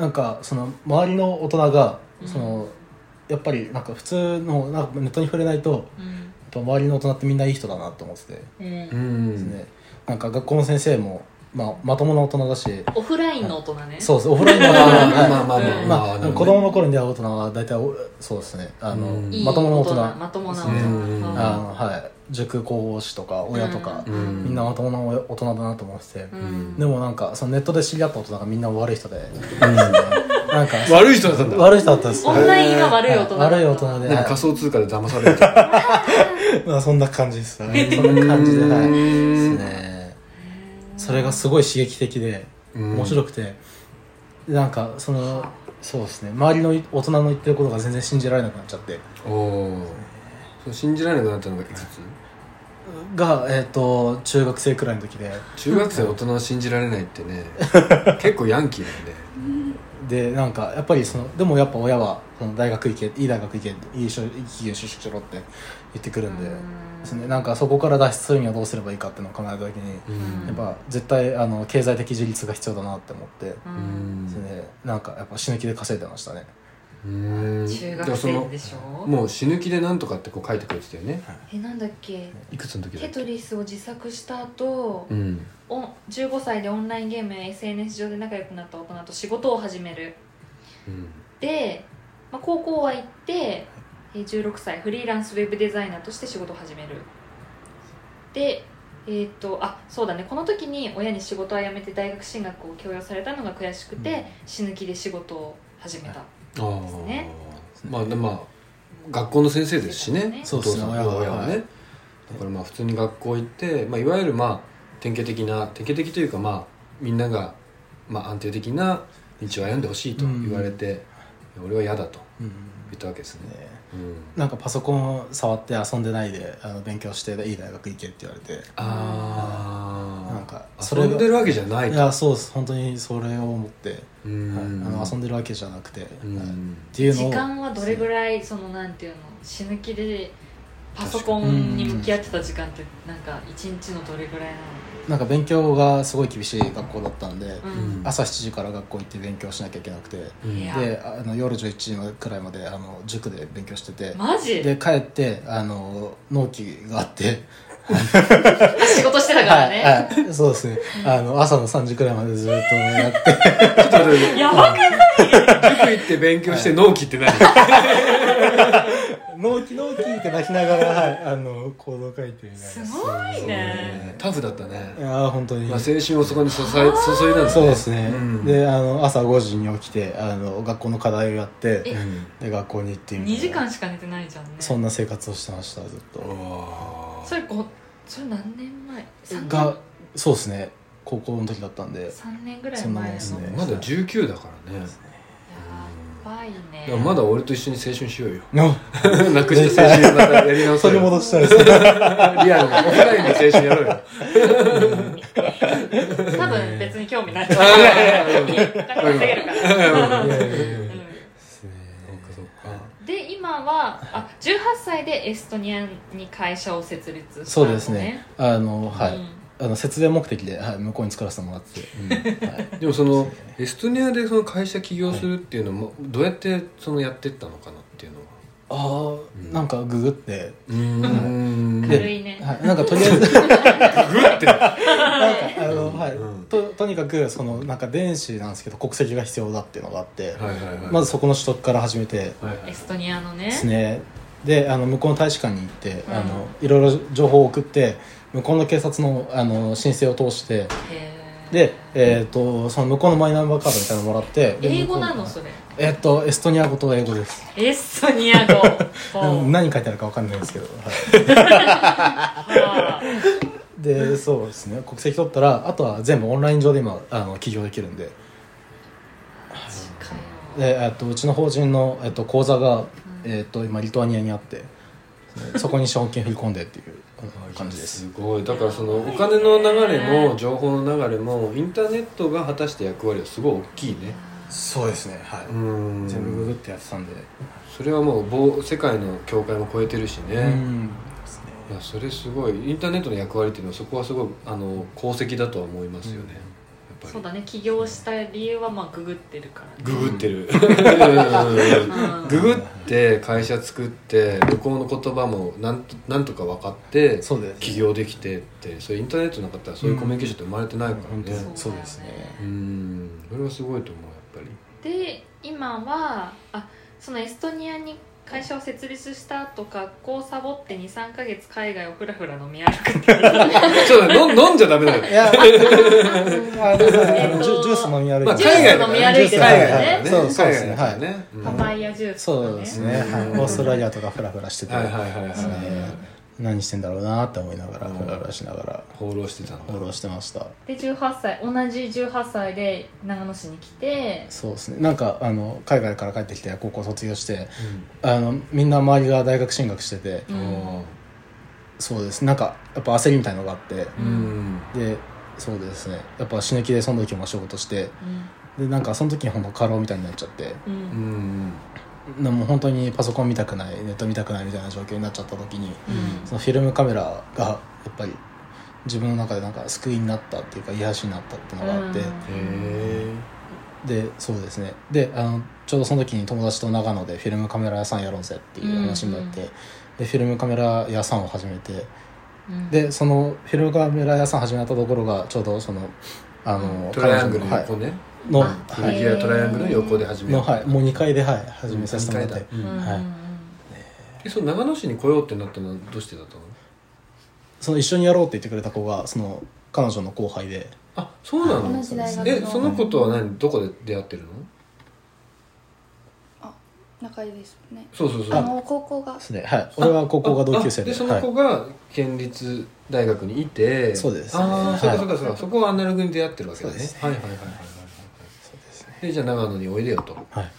Speaker 3: なんかその周りの大人が
Speaker 2: うん
Speaker 3: その、やっぱりなんか普通のなんかネットに触れないとや
Speaker 2: う
Speaker 3: っ
Speaker 2: ん
Speaker 3: ぱ周りの大人ってみんないい人だなと思ってて、
Speaker 2: うん
Speaker 1: うん
Speaker 3: ねなんか学校の先生も、まあ、まともな大人だし
Speaker 2: オフラインの大人ね
Speaker 3: そうですオフラインの大人
Speaker 1: まあ
Speaker 3: は
Speaker 1: まあまあま
Speaker 3: い
Speaker 1: あ
Speaker 3: ま
Speaker 1: まあ
Speaker 3: あ、
Speaker 1: なるほ
Speaker 3: 子
Speaker 1: どね
Speaker 3: 供の頃に出会う大人は大体おそうですねあの、
Speaker 1: うん
Speaker 2: いい
Speaker 3: まともな大人
Speaker 2: まともな大
Speaker 1: うん
Speaker 2: 人
Speaker 3: あのはい、塾講師とか親とか、
Speaker 1: うん
Speaker 3: みんなまともな大人だなと思ってて、
Speaker 2: うん
Speaker 3: でもなんかそのネットで知り合った大人がみんな悪い人で、なんか
Speaker 1: 悪い人だったんだ
Speaker 3: 悪い人だったんです
Speaker 2: オンラインが悪い大人だった
Speaker 3: 悪い大人で
Speaker 1: なんか仮想通貨で騙されるみたいな
Speaker 3: まあそんな感じですね [LAUGHS] そんな感じではいですねそれがすごい刺激的で
Speaker 1: うん
Speaker 3: 面白くて、でなんかそのそうですね周りの大人の言ってることが全然信じられなくなっちゃって
Speaker 1: おおそう信じられなくなったのがいくつ
Speaker 3: がえっ、と中学生くらいの時で
Speaker 1: 中学生大人を信じられないって [LAUGHS] ね結構ヤンキーなんで
Speaker 3: でなんかやっぱりそのでもやっぱ親はその大学行けいい大学行けいいしょいい企業就職しろって言ってくるんでです、ね、なんかそこから脱出するにはどうすればいいかっていうのを考えた時に、
Speaker 1: うん
Speaker 3: やっぱ絶対あの経済的自立が必要だなって思って、
Speaker 2: う
Speaker 1: うんん
Speaker 3: ですね、なんかやっぱ死ぬ気で稼いでましたね
Speaker 1: うーん
Speaker 2: 中
Speaker 1: で
Speaker 2: 学
Speaker 1: もそ
Speaker 2: 生
Speaker 1: の
Speaker 2: でしょ
Speaker 1: もう死ぬ気でなんとかってこう書いてくれてたよね
Speaker 2: えなんだっけ
Speaker 1: いくつの時だ
Speaker 2: テ
Speaker 1: っ
Speaker 2: ト
Speaker 1: け
Speaker 2: リスを自作した後、
Speaker 1: うん
Speaker 2: お15歳でオンラインゲームや SNS 上で仲良くなった大人と仕事を始める
Speaker 1: うん
Speaker 2: で、まあ、高校は行ってえー16歳フリーランスウェブデザイナーとして仕事を始めるでえーっとあそうだねこの時に親に仕事は辞めて大学進学を強要されたのが悔しくて、
Speaker 3: うん
Speaker 2: 死ぬ気で仕事を始め
Speaker 1: あ
Speaker 2: た、
Speaker 1: あ
Speaker 2: ですね
Speaker 1: まあでまあ学校の先生ですしね
Speaker 2: そう
Speaker 3: ですね
Speaker 1: お父さん
Speaker 3: 親は
Speaker 1: 親は
Speaker 3: は
Speaker 1: ね
Speaker 3: い
Speaker 1: だからまあ普通に学校行って、まあ、いわゆるまあ典型的な典型的というかまあみんながまあ安定的な道を歩んでほしいと言われて、俺は嫌だと
Speaker 3: うん
Speaker 1: 言ったわけですね、
Speaker 3: ね
Speaker 1: うん、
Speaker 3: なんかパソコン触って遊んでないであの勉強していい大学行けって言われて
Speaker 1: ああ
Speaker 3: なんかそ
Speaker 1: 遊
Speaker 3: れが
Speaker 1: んでるわけじゃない
Speaker 3: い
Speaker 1: と
Speaker 3: やそうです本当にそれを思って、はい
Speaker 1: うん
Speaker 3: あの遊んでるわけじゃなくて、はいっ
Speaker 1: うん
Speaker 3: ていうの
Speaker 2: 時
Speaker 3: を
Speaker 2: 間はどれぐらいそのなんていうの死ぬ気でパソコンに向き合ってた時間ってなんか一日のどれぐらい
Speaker 3: なんか勉強がすごい厳しい学校だったんで、
Speaker 2: なの、
Speaker 1: う
Speaker 2: うんん、
Speaker 3: 朝7時から学校行って勉強しなきゃいけなくて、
Speaker 1: うん
Speaker 2: いや
Speaker 3: であの夜11時くらいまであの塾で勉強してて、
Speaker 2: マジ
Speaker 3: で帰ってあの納期があって
Speaker 2: あ仕事してたからね、
Speaker 3: はいはい、そうですねあの朝の3時くらいまでずっとやって
Speaker 1: ちょっと待って
Speaker 2: やばくない
Speaker 1: 塾行って勉強して納期って何、
Speaker 3: [LAUGHS] 納期納期って泣きながら、はい、あの行動書いてみたい
Speaker 2: す
Speaker 3: な
Speaker 2: ごいね
Speaker 1: タフだったね、
Speaker 3: いやー本当に、
Speaker 1: まあ、青春をそこに注い注いだんだね
Speaker 3: そうですね、
Speaker 1: うん
Speaker 3: であの朝5時に起きてあの学校の課題をやって
Speaker 2: え
Speaker 1: うん
Speaker 3: で学校に行ってみた
Speaker 2: 2
Speaker 3: いな
Speaker 2: 時間しか寝てないじゃんね
Speaker 3: そんな生活をしてましたずっと
Speaker 1: おー
Speaker 2: それごそれ何年前3
Speaker 3: が
Speaker 2: 年
Speaker 3: そうですね高校の時だったん [LAUGHS] で
Speaker 2: 三年ぐらい
Speaker 3: そんなもん
Speaker 2: 前
Speaker 3: で
Speaker 2: の
Speaker 3: すね
Speaker 1: まだ19だからね
Speaker 2: やばいね
Speaker 1: でもまだ俺と一緒に青春し [LAUGHS] ようよ
Speaker 3: の
Speaker 1: なくして青春またやり直そ
Speaker 3: 取
Speaker 1: う
Speaker 3: り
Speaker 1: よ
Speaker 3: 戻したいですね
Speaker 1: [LAUGHS] リアルなオフラインで青春や [LAUGHS] ろうよ
Speaker 2: 多分別に興味ないお
Speaker 1: あ
Speaker 2: 金
Speaker 1: ーうん
Speaker 2: 稼げるから
Speaker 1: うん
Speaker 2: う
Speaker 1: そうかそうか
Speaker 2: んで今はあ18歳でエストニアに会社を設立したの
Speaker 3: そうですねあの
Speaker 2: うん
Speaker 3: はい、あの節電目的で、はい、向こうに作らせてもらってて、はい、
Speaker 1: でもそのエストニアでその会社起業するっていうのもどうやってそのやってったのかなっていうのは
Speaker 3: ああ、なんかググって
Speaker 1: うーん [LAUGHS]
Speaker 3: で
Speaker 2: 軽いね
Speaker 3: はい、なんかとりあえ
Speaker 2: [LAUGHS]
Speaker 3: ずなんか
Speaker 1: グって
Speaker 3: あの、はい
Speaker 1: うん
Speaker 3: ととにかくそのなんか電子なんですけど国籍が必要だっていうのがあって、
Speaker 1: はいはいはい
Speaker 3: まずそこの取得から始めて
Speaker 1: はいはい
Speaker 2: エストニアのね
Speaker 3: ですねであの向こうの大使館に行って、
Speaker 2: うん
Speaker 3: あのいろいろ情報を送って向こうの警察のあの申請を通して
Speaker 2: へー
Speaker 3: で、えー、とその向こうのマイナンバーカードみたいなのもらってで
Speaker 2: 英語な
Speaker 3: 向
Speaker 2: の
Speaker 3: こう
Speaker 2: それ
Speaker 3: えっ、とエストニア語と英語です
Speaker 2: エストニア
Speaker 3: [LAUGHS]
Speaker 2: 語ほう
Speaker 3: 何書いてあるかわかんないんですけど、はい
Speaker 2: はあ
Speaker 3: でそうですね国籍取ったらあとは全部オンライン上で今あの起業できるんで
Speaker 2: マジかよ
Speaker 3: で、えっとうちの法人の、えっと口座が、えっと今リトアニアにあってそこに資本金振り込んでっていうあの感じです
Speaker 1: すごいだからそのお金の流れも情報の流れもインターネットが果たして役割はすごい大きいね
Speaker 3: そうですねはいう
Speaker 1: ーん
Speaker 3: 全部ググってやってたんで
Speaker 1: それはもう棒世界の境界も超えてるしね、
Speaker 3: うんですね
Speaker 1: いやそれすごいインターネットの役割っていうのはそこはすごいあの功績だとは思いますよね、やっ
Speaker 2: そ
Speaker 1: ぱ
Speaker 2: うだね起業した理由はまあググってるから
Speaker 1: り
Speaker 2: ね
Speaker 1: ググってる
Speaker 2: うん
Speaker 1: [LAUGHS] ググって会社作って向こうの言葉もなんとなんとか分かって
Speaker 3: そうです
Speaker 1: 起業できてってそれインターネットなかったらそういうコミュニケーションって生まれてないから
Speaker 3: 本当に
Speaker 1: ね
Speaker 3: そうですね
Speaker 1: うーんそれはすごいと思うやっぱり
Speaker 2: で今はあそのエストニアに会社を設立した後学校をサボって23か月海外をふらふら飲み歩くっていう
Speaker 1: [LAUGHS] ちょっと飲ん飲んじゃダメだよ
Speaker 3: いやあのあのジュジュース飲み歩いて
Speaker 1: まあ、
Speaker 2: ジュース
Speaker 1: 海外だから
Speaker 2: 飲み歩いてた
Speaker 1: 海
Speaker 2: よね
Speaker 1: 外だからね
Speaker 3: そうそうです
Speaker 1: 海
Speaker 3: ね
Speaker 1: 外だから
Speaker 3: はい
Speaker 1: うん
Speaker 2: パパイヤジュースとか
Speaker 3: そう
Speaker 2: ね
Speaker 3: ですね、はい、オーストラリアとかフラフラしてて、
Speaker 1: はいはいはい
Speaker 3: です
Speaker 1: は
Speaker 3: ね何してんだろうなって思いながらフラフラしながら
Speaker 1: い放浪してたんだ
Speaker 3: フォローしてました
Speaker 2: で18歳同じ18歳で長野市に来て
Speaker 3: そうですねなんかあの海外から帰ってきて高校卒業してあのみんな周りが大学進学してて
Speaker 1: う
Speaker 2: うんん
Speaker 3: そうですなんかやっぱ焦りみたいのがあって
Speaker 1: うん
Speaker 3: でそうですねやっぱ死ぬ気でその時も仕事して
Speaker 2: うん
Speaker 3: でなんかその時にほんと過労みたいになっちゃって
Speaker 2: う
Speaker 1: うんん
Speaker 3: なもう本当にパソコン見たくないネット見たくないみたいな状況になっちゃった時に
Speaker 2: うん
Speaker 3: そのフィルムカメラがやっぱり自分の中でなんか救いになったっていうか癒やしになったっていうのがあって、
Speaker 1: へえ
Speaker 3: でそうですねであのちょうどその時に友達と長野でフィルムカメラ屋さんやろうぜっていう話になって、
Speaker 2: うん
Speaker 3: でフィルムカメラ屋さんを始めて
Speaker 2: うん
Speaker 3: でそのフィルムカメラ屋さん始めたところがちょうどそのあの
Speaker 1: トライアングルの
Speaker 3: 彼女
Speaker 1: 横ね、
Speaker 2: あ
Speaker 3: のはい
Speaker 2: は
Speaker 1: フ
Speaker 2: い
Speaker 1: ィギュアトライアングルの横で始め
Speaker 3: の
Speaker 1: る、
Speaker 3: はいもう2回ではい始めさせてもらっ
Speaker 1: 二
Speaker 3: て
Speaker 1: 回だうん
Speaker 2: うん
Speaker 3: はい
Speaker 1: えその長野市に来ようってなったのはどうしてだったの
Speaker 3: その一緒にやろうって言ってくれた子がその彼女の後輩で
Speaker 1: あそうなの
Speaker 4: 同じ大学の
Speaker 1: えその子とは何どこで出会ってるの
Speaker 4: 仲いいですね
Speaker 1: そうそうそう
Speaker 4: あの高校が
Speaker 3: ですねはい俺は高校が同級生
Speaker 1: あ
Speaker 3: で
Speaker 1: でその
Speaker 3: は
Speaker 1: 子が県立大学にいて、
Speaker 3: そうです
Speaker 1: ああそうか
Speaker 3: はい
Speaker 1: そうかそうか、そこはアナログに出会ってるわけだね
Speaker 3: そうです
Speaker 1: はいはいはいはいはい
Speaker 3: いそうですね
Speaker 1: でじゃあ長野においでよと
Speaker 3: はい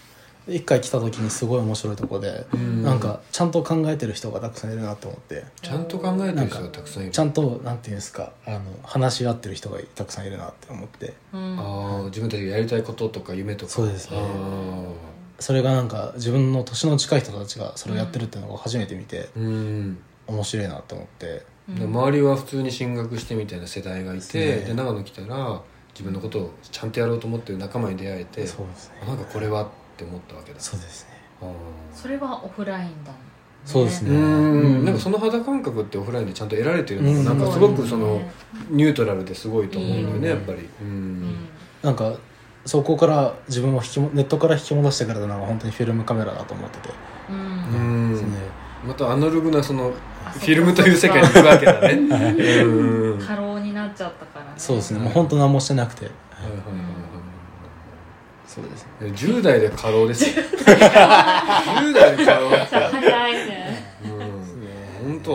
Speaker 3: で一回来た時にすごい面白いとこで
Speaker 1: うん
Speaker 3: なんかちゃんと考えてる人がたくさんいるなと思って
Speaker 1: ちゃんと考えてる人がたくさんいる
Speaker 3: ちゃんとなんていうんですかあの話し合ってる人がたくさんいるなって思って
Speaker 2: うん
Speaker 1: ああ自分たちがやりたいこととか夢とか
Speaker 3: そうですね
Speaker 1: あ
Speaker 3: それがなんか自分の年の近い人たちがそれをやってるっていうのを初めて見て
Speaker 1: ーうん
Speaker 3: 面白いなと思って
Speaker 1: で周りは普通に進学してみたいな世代がいて、
Speaker 3: ですね
Speaker 1: で長野来たら自分のことをちゃんとやろうと思ってる仲間に出会えて
Speaker 3: そうですね
Speaker 1: あなんかこれはって思ったわけだ
Speaker 3: そうですね
Speaker 1: あー
Speaker 2: それはオフラインだね
Speaker 3: そうです
Speaker 1: う
Speaker 3: ね
Speaker 1: ーんなんかそ
Speaker 3: の
Speaker 1: の肌感覚ってオフラインでちゃんと得られてるのが
Speaker 3: うん
Speaker 1: なんかすごくその
Speaker 2: ね
Speaker 1: ニュートラルですごいと思うんだよ
Speaker 3: うん
Speaker 1: ねやっぱりう
Speaker 2: うんん
Speaker 3: なんかそこから自分を引きもネットから引き戻してくれたのが本当にフィルムカメラだと思ってて、
Speaker 2: うん
Speaker 1: うん
Speaker 3: ですね
Speaker 1: またアナログなそのフィルムという世界に行くわけだ
Speaker 3: [LAUGHS]
Speaker 1: ねうん
Speaker 2: 過労になっちゃったからね
Speaker 3: そうですねもう本当何もしてなくて
Speaker 1: はいはいはいはい
Speaker 3: そうですね
Speaker 1: はい10代で過労ですよ10代で過労
Speaker 2: めっちゃ早いね
Speaker 1: うん本当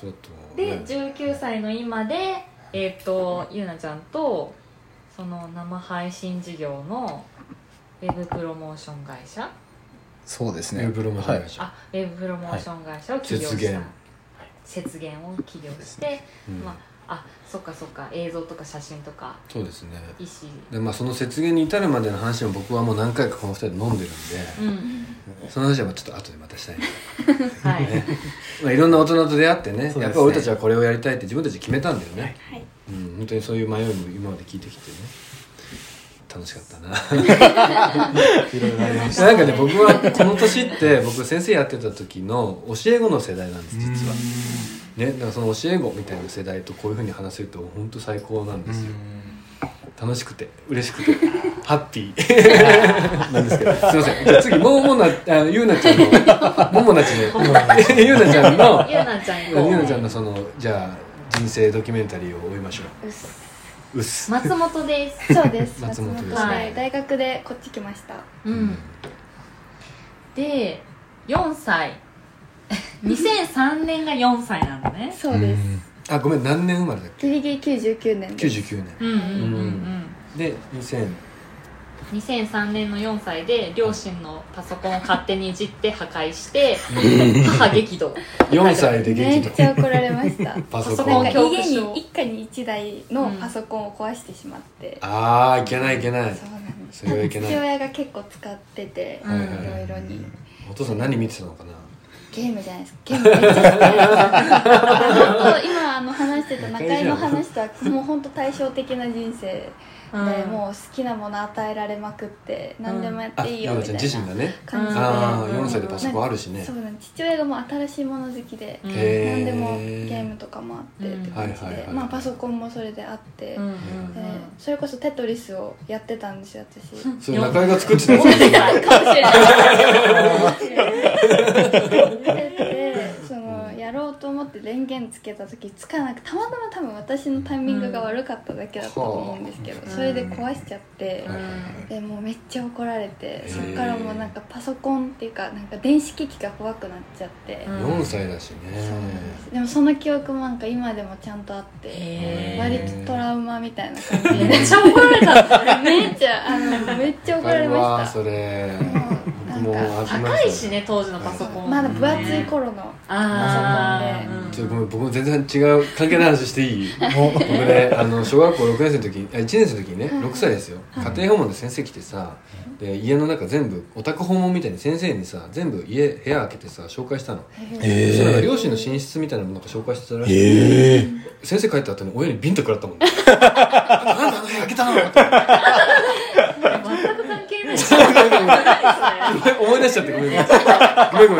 Speaker 1: ちょっと
Speaker 2: で
Speaker 1: ね
Speaker 2: 19歳の今でえっ、とゆうなちゃんとその生配信事業のウェブプロモーション会社
Speaker 3: そうです
Speaker 1: ウ
Speaker 3: ね
Speaker 1: ェブロマン
Speaker 3: はい
Speaker 1: でしょ
Speaker 2: あウェブプロモーション会社を起業した、
Speaker 1: はい
Speaker 2: 節減を起業して、
Speaker 1: うん
Speaker 2: まああそっかそっか映像とか写真とか
Speaker 1: そうですね
Speaker 2: 医師
Speaker 1: でまあその雪原に至るまでの話も僕はもう何回かこの2人で飲んでるんで
Speaker 2: うん
Speaker 1: その話はちょっと後でまたしたいな
Speaker 2: はい、 [LAUGHS]
Speaker 1: まあ、いろんな大人と出会ってね
Speaker 3: すね
Speaker 1: やっぱり俺たちはこれをやりたいって自分たちで決めたんだよね、
Speaker 4: はい
Speaker 1: うん、本当にそういう迷いも今まで聞いてきてね楽しかったな
Speaker 3: いろいろありま
Speaker 1: [LAUGHS]
Speaker 3: し
Speaker 1: なんかね僕はこの年って僕先生やってた時の教え子の世代なんです実はねだからその教え子みたいな世代とこういうふうに話せると本当最高なんですよ楽しくて嬉しくて [LAUGHS] ハッピ [LAUGHS] ーなんですけどすいませんじゃあ次もうもなあゆうなちゃん [LAUGHS] のももなちのゆうなちゃん [LAUGHS] の
Speaker 2: ゆうなちゃん
Speaker 1: ゆ
Speaker 2: 行こ
Speaker 1: う
Speaker 2: う
Speaker 1: なちゃんのそのじゃあ人生ドキュメンタリーを追いましょ
Speaker 4: うっす
Speaker 1: ううっす
Speaker 2: 松本です、
Speaker 4: そうです
Speaker 1: 松本です
Speaker 4: はい大学でこっち来ました
Speaker 2: うん、で4歳 [LAUGHS] 2003年が4歳なんだね
Speaker 4: そうです
Speaker 1: あごめん何年生まれだっ
Speaker 4: ギリギリ99年
Speaker 1: け
Speaker 4: です
Speaker 1: 99年
Speaker 2: うんうんうんう
Speaker 1: うんで2000
Speaker 2: 2003年の4歳で両親のパソコンを勝手にいじって破壊して母激 [LAUGHS] 怒
Speaker 1: 4歳で
Speaker 4: め
Speaker 1: 激
Speaker 4: っ
Speaker 1: 怒
Speaker 4: ちゃ怒られ
Speaker 1: [LAUGHS]
Speaker 4: ました
Speaker 1: パソ
Speaker 2: パ
Speaker 1: コ
Speaker 2: ソコ
Speaker 1: ン
Speaker 2: ン
Speaker 4: なんか
Speaker 2: 恐怖
Speaker 4: 家
Speaker 2: 症
Speaker 4: に一家に一台のパソコンを壊してしまって、
Speaker 1: ああいけないいけない
Speaker 4: そうなんです
Speaker 1: それはいけない
Speaker 4: 父親が結構使ってて、
Speaker 2: うん
Speaker 4: いろいろに
Speaker 1: お父さん何見てたのかな
Speaker 4: ゲームじゃないですかゲームめっちゃ好きなんですよ本当今あの話してた中居の話とはもう本当対照的な人生で、もう好きなもの与えられまくって何でもやっ
Speaker 1: あ
Speaker 4: ていい
Speaker 1: ゆう
Speaker 4: よ
Speaker 1: な
Speaker 4: み
Speaker 1: ち
Speaker 4: た
Speaker 1: ゃん
Speaker 4: いな
Speaker 1: 自身がね
Speaker 4: 感じで、
Speaker 1: ああ
Speaker 2: うん
Speaker 1: 4歳でパソコンあるしね
Speaker 4: そうなんです父親がもう新しいもの好きで、
Speaker 2: うん
Speaker 1: へー
Speaker 4: 何でもゲームとかもあってって感じ
Speaker 1: うんはいはい
Speaker 4: で
Speaker 1: はい
Speaker 4: まあパソコンもそれであって、
Speaker 2: うんうん
Speaker 4: でそれこそテトリスをやってたんですよ
Speaker 1: [LAUGHS]
Speaker 4: 私
Speaker 1: それ中居が作ってたやつだよね
Speaker 4: かもしれない。でそのやろうと思って電源つけた時つかなくたまたま多分私のタイミングが悪かっただけだったと思うんですけど、
Speaker 2: うん
Speaker 4: それで壊しちゃって、
Speaker 2: うん
Speaker 4: でもうめっちゃ怒られて
Speaker 1: へー
Speaker 4: そっからもうなんかパソコンっていうかなんか電子機器が怖くなっちゃって、
Speaker 2: うん
Speaker 1: 4歳だし
Speaker 4: そうなん
Speaker 1: ね
Speaker 4: ですでもその記憶もなんか今でもちゃんとあって
Speaker 2: へ
Speaker 4: 割
Speaker 2: ー
Speaker 4: とトラウマみたいな感じで
Speaker 2: めっちゃ怒られたんだね
Speaker 4: めっちゃあのめっちゃ怒られ
Speaker 1: わか
Speaker 4: ま
Speaker 1: るわ
Speaker 4: した
Speaker 1: それ
Speaker 4: うん
Speaker 1: 僕も
Speaker 4: なんか
Speaker 1: ありま
Speaker 2: [LAUGHS] 高い
Speaker 1: した
Speaker 2: しね当時のパソコン、
Speaker 4: まだ分厚い頃の
Speaker 2: ああ
Speaker 1: ちょっとごめん僕も全然違う関係ない話していい僕ねあの小学校6年生の時にあ1年生の時にね6歳ですよ家庭訪問で先生来てさで家の中全部お宅訪問みたいに先生にさ全部家部屋開けてさ紹介したの、
Speaker 3: え
Speaker 1: そしたらなん
Speaker 3: ー
Speaker 1: か両親の寝室みたいなのなんか紹介してたらしい、
Speaker 3: ええ
Speaker 1: 先生帰
Speaker 3: [LAUGHS]
Speaker 1: った後に親にビンタ食らったもんねなんであの部屋開けたのって
Speaker 2: 何それ何それ
Speaker 1: 思い出しちゃってごめんごめんごめんごめ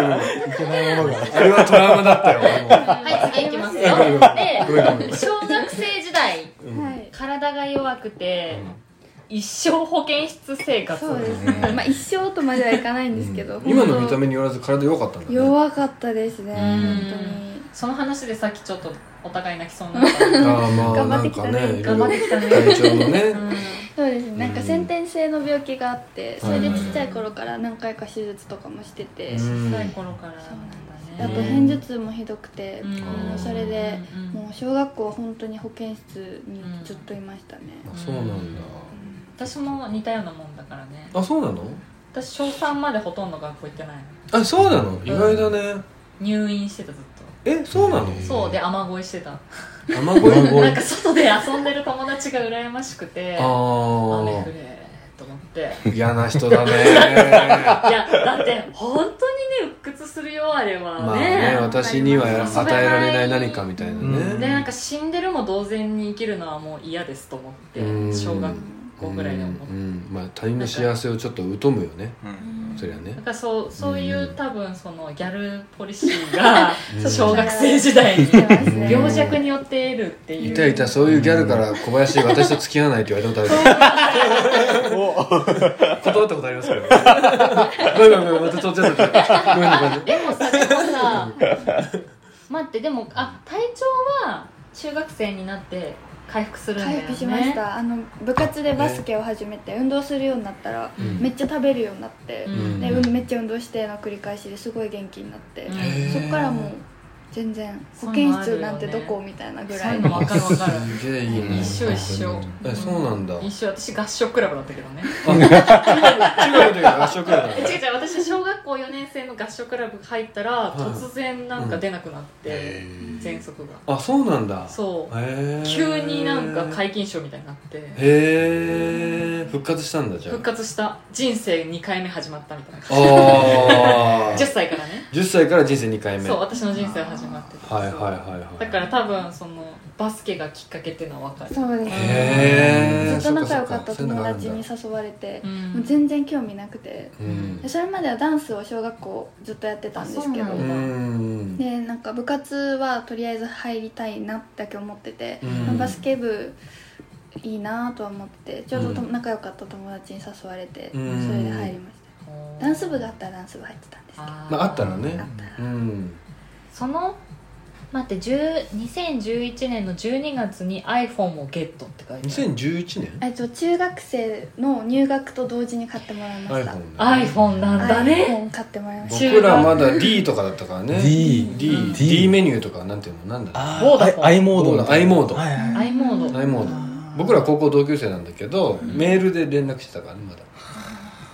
Speaker 1: んごめん
Speaker 3: いけないものが
Speaker 1: あれはトラウマだった
Speaker 3: [LAUGHS]
Speaker 1: よ俺も
Speaker 2: はい次いきますよ
Speaker 1: ごめんごめん
Speaker 2: で小学生時代
Speaker 1: うん
Speaker 4: はい
Speaker 2: 体が弱くて一生保健室生活
Speaker 4: そうです
Speaker 1: そうね
Speaker 4: ねまあ一生とまではいかないんですけど
Speaker 1: うん今の見た目によらず体弱かったんだね
Speaker 4: 弱かったですね
Speaker 1: ん
Speaker 4: 本当に
Speaker 2: その話でさっきちょっとお互い泣きそうになった
Speaker 1: あーまあ
Speaker 4: 頑張
Speaker 1: な
Speaker 4: って
Speaker 1: ん
Speaker 4: き
Speaker 1: か
Speaker 4: たね
Speaker 1: ねいろい
Speaker 2: 頑
Speaker 1: ろ
Speaker 2: 張ってきたね
Speaker 1: 体調のね
Speaker 2: うん
Speaker 4: そうですねなんか先天性の病気があってそれで
Speaker 1: はい
Speaker 4: ちっちゃい頃から何回か手術とかもしてて
Speaker 1: うん
Speaker 2: 若い頃からなんだ
Speaker 4: あ
Speaker 2: ね
Speaker 4: と偏頭痛もひどくて
Speaker 2: うん
Speaker 4: それで
Speaker 2: うん
Speaker 4: もう小学校は本当に保健室にずっといましたね
Speaker 1: あそうなんだ
Speaker 2: 私も似たようなもんだからね
Speaker 1: あそうなの
Speaker 2: 私小3までほとんど学校行ってないの
Speaker 1: あそうなの意外だね
Speaker 2: 入院してたずっ
Speaker 1: えそうなの
Speaker 2: とそうで雨乞いしてた
Speaker 1: 雨乞い
Speaker 2: なんか外で遊んでる友達が羨ましく [LAUGHS] て雨
Speaker 1: あ
Speaker 2: 降れと思って
Speaker 1: あ嫌な人だね
Speaker 2: いやだって本当にね鬱屈するよあれ
Speaker 1: ま
Speaker 2: は
Speaker 1: あ
Speaker 2: ね,、
Speaker 1: ね私には
Speaker 2: わ
Speaker 1: 与
Speaker 2: かり
Speaker 1: え
Speaker 2: ます
Speaker 1: られない何かみたいな
Speaker 2: で
Speaker 1: ね
Speaker 2: なんか死んでるも同然に生きるのはもう嫌ですと思って
Speaker 1: うん
Speaker 2: 小学校ぐらいで思って
Speaker 1: うんうんまあ他人の幸せをちょっと疎むよね
Speaker 2: うん
Speaker 1: そりゃね
Speaker 2: なんかそうそういう多分そのギャルポリシーが
Speaker 1: [LAUGHS] うん
Speaker 2: 小学生時代に
Speaker 4: 来てますね
Speaker 2: 病弱によって得るっていう
Speaker 1: いたいたそういうギャルから小林私と付き合わないって言われたことある断ったことありますけどごめんごめんごめんまた取っちゃったごめんごめん
Speaker 2: でもさでもさ待ってでもあ体調は中学生になって回復するんだよ
Speaker 4: 回
Speaker 2: ね
Speaker 4: 復しましたあの部活でバスケを始めて運動するようになったら
Speaker 1: ん
Speaker 4: めっちゃ食べるようになって
Speaker 2: う
Speaker 1: うん
Speaker 2: ん
Speaker 4: でうんめっちゃ運動しての繰り返しですごい元気になって
Speaker 2: うん
Speaker 1: へー
Speaker 4: そっからもう全然保健室なんてどこみたいなぐ
Speaker 2: そう
Speaker 4: ら
Speaker 2: い
Speaker 4: いう
Speaker 2: の分かる分かる
Speaker 1: すげえいいね
Speaker 2: 一緒一緒
Speaker 1: えそうなんだ
Speaker 2: 一緒私合唱クラブだったけどね
Speaker 1: 中学の時の合唱クラブだ
Speaker 2: え違う違う私小学校4年生の合唱クラブ入ったら
Speaker 1: い
Speaker 2: 突然なんか出なくなって
Speaker 1: うん
Speaker 2: 喘息が
Speaker 1: あそうなんだ
Speaker 2: そう
Speaker 1: へえ
Speaker 2: 急になんか皆勤賞みたいになって
Speaker 1: へえ復活したんだじゃあ
Speaker 2: 復活した人生2回目始まったみたいな感
Speaker 1: ああ
Speaker 2: [LAUGHS] じ10歳からね
Speaker 1: 10歳から人生2回目
Speaker 2: そう私の人生は始まってて
Speaker 1: はいはいはいはい
Speaker 2: だから多分そのバスケがきっかけっていうのは分かる
Speaker 4: そうですね
Speaker 1: へえ
Speaker 4: ずっと仲良かった友達に誘われて
Speaker 2: うん
Speaker 4: もう全然興味なくて
Speaker 1: うん
Speaker 4: でそれまではダンスを小学校ずっとやってたんですけ
Speaker 2: あそう
Speaker 4: ど
Speaker 1: う
Speaker 2: な
Speaker 1: ん
Speaker 2: んだ
Speaker 4: でなんか部活はとりあえず入りたいなだけ思ってて、
Speaker 1: うん
Speaker 4: まあバスケ部いいなとは思っててちょうどと、
Speaker 1: うん
Speaker 4: 仲良かった友達に誘われて、
Speaker 1: うん
Speaker 4: それで入りましたダンス部があったらダンス部入ってたんですけどあ
Speaker 2: あー
Speaker 1: まああったらね
Speaker 4: ったら、
Speaker 1: うん
Speaker 2: その待って10 2011年の12月に iPhone をゲットって書いてある
Speaker 1: 2011年
Speaker 4: えっと中学生の入学と同時に買ってもらいました
Speaker 1: iPhone だね
Speaker 2: iPhone なんだね
Speaker 4: iPhone 買ってもらいました
Speaker 1: 僕らまだ D とかだったからね
Speaker 3: D
Speaker 1: D,
Speaker 3: D
Speaker 1: D メニューとかなんていうのなんだ
Speaker 3: あ
Speaker 2: ボーダフォン
Speaker 3: ーアイモードみたいな
Speaker 1: ボーダ
Speaker 3: はいはいはい
Speaker 2: i モード
Speaker 1: ないもん僕ら高校同級生なんだけどメールで連絡してたからねまだ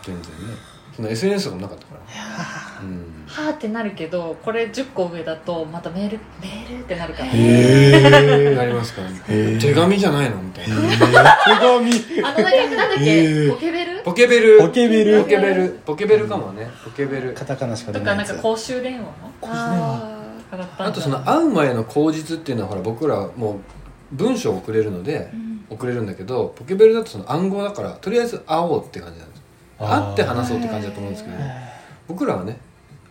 Speaker 1: 全然ねその SNS とかもなかったからうん
Speaker 2: はーってなるけどこれ10個上だとまたメールメールってなるから
Speaker 1: へえなりますからね
Speaker 3: へー
Speaker 1: 手紙じゃないのみたいな
Speaker 2: あの
Speaker 3: 手
Speaker 2: 大学なんだっ
Speaker 3: へ
Speaker 2: け
Speaker 3: ー
Speaker 2: ポケベル
Speaker 1: ポケベル
Speaker 3: ポケベル
Speaker 1: ポケベルポケベルかもねポケベル
Speaker 3: カタカナしか
Speaker 2: と
Speaker 3: 出
Speaker 2: か
Speaker 3: な
Speaker 2: な
Speaker 3: いや
Speaker 2: んか
Speaker 3: つ
Speaker 2: 公衆電話
Speaker 4: あー
Speaker 2: とかだったんだ
Speaker 1: あとその会う前の口実っていうのはほら僕らもう文章を送れるので
Speaker 4: うん
Speaker 1: 送れるんだけどポケベルだとその暗号だからとりあえず会おうって感じなんです
Speaker 3: あー
Speaker 1: 会って話そうって感じだと思うんですけど僕らはね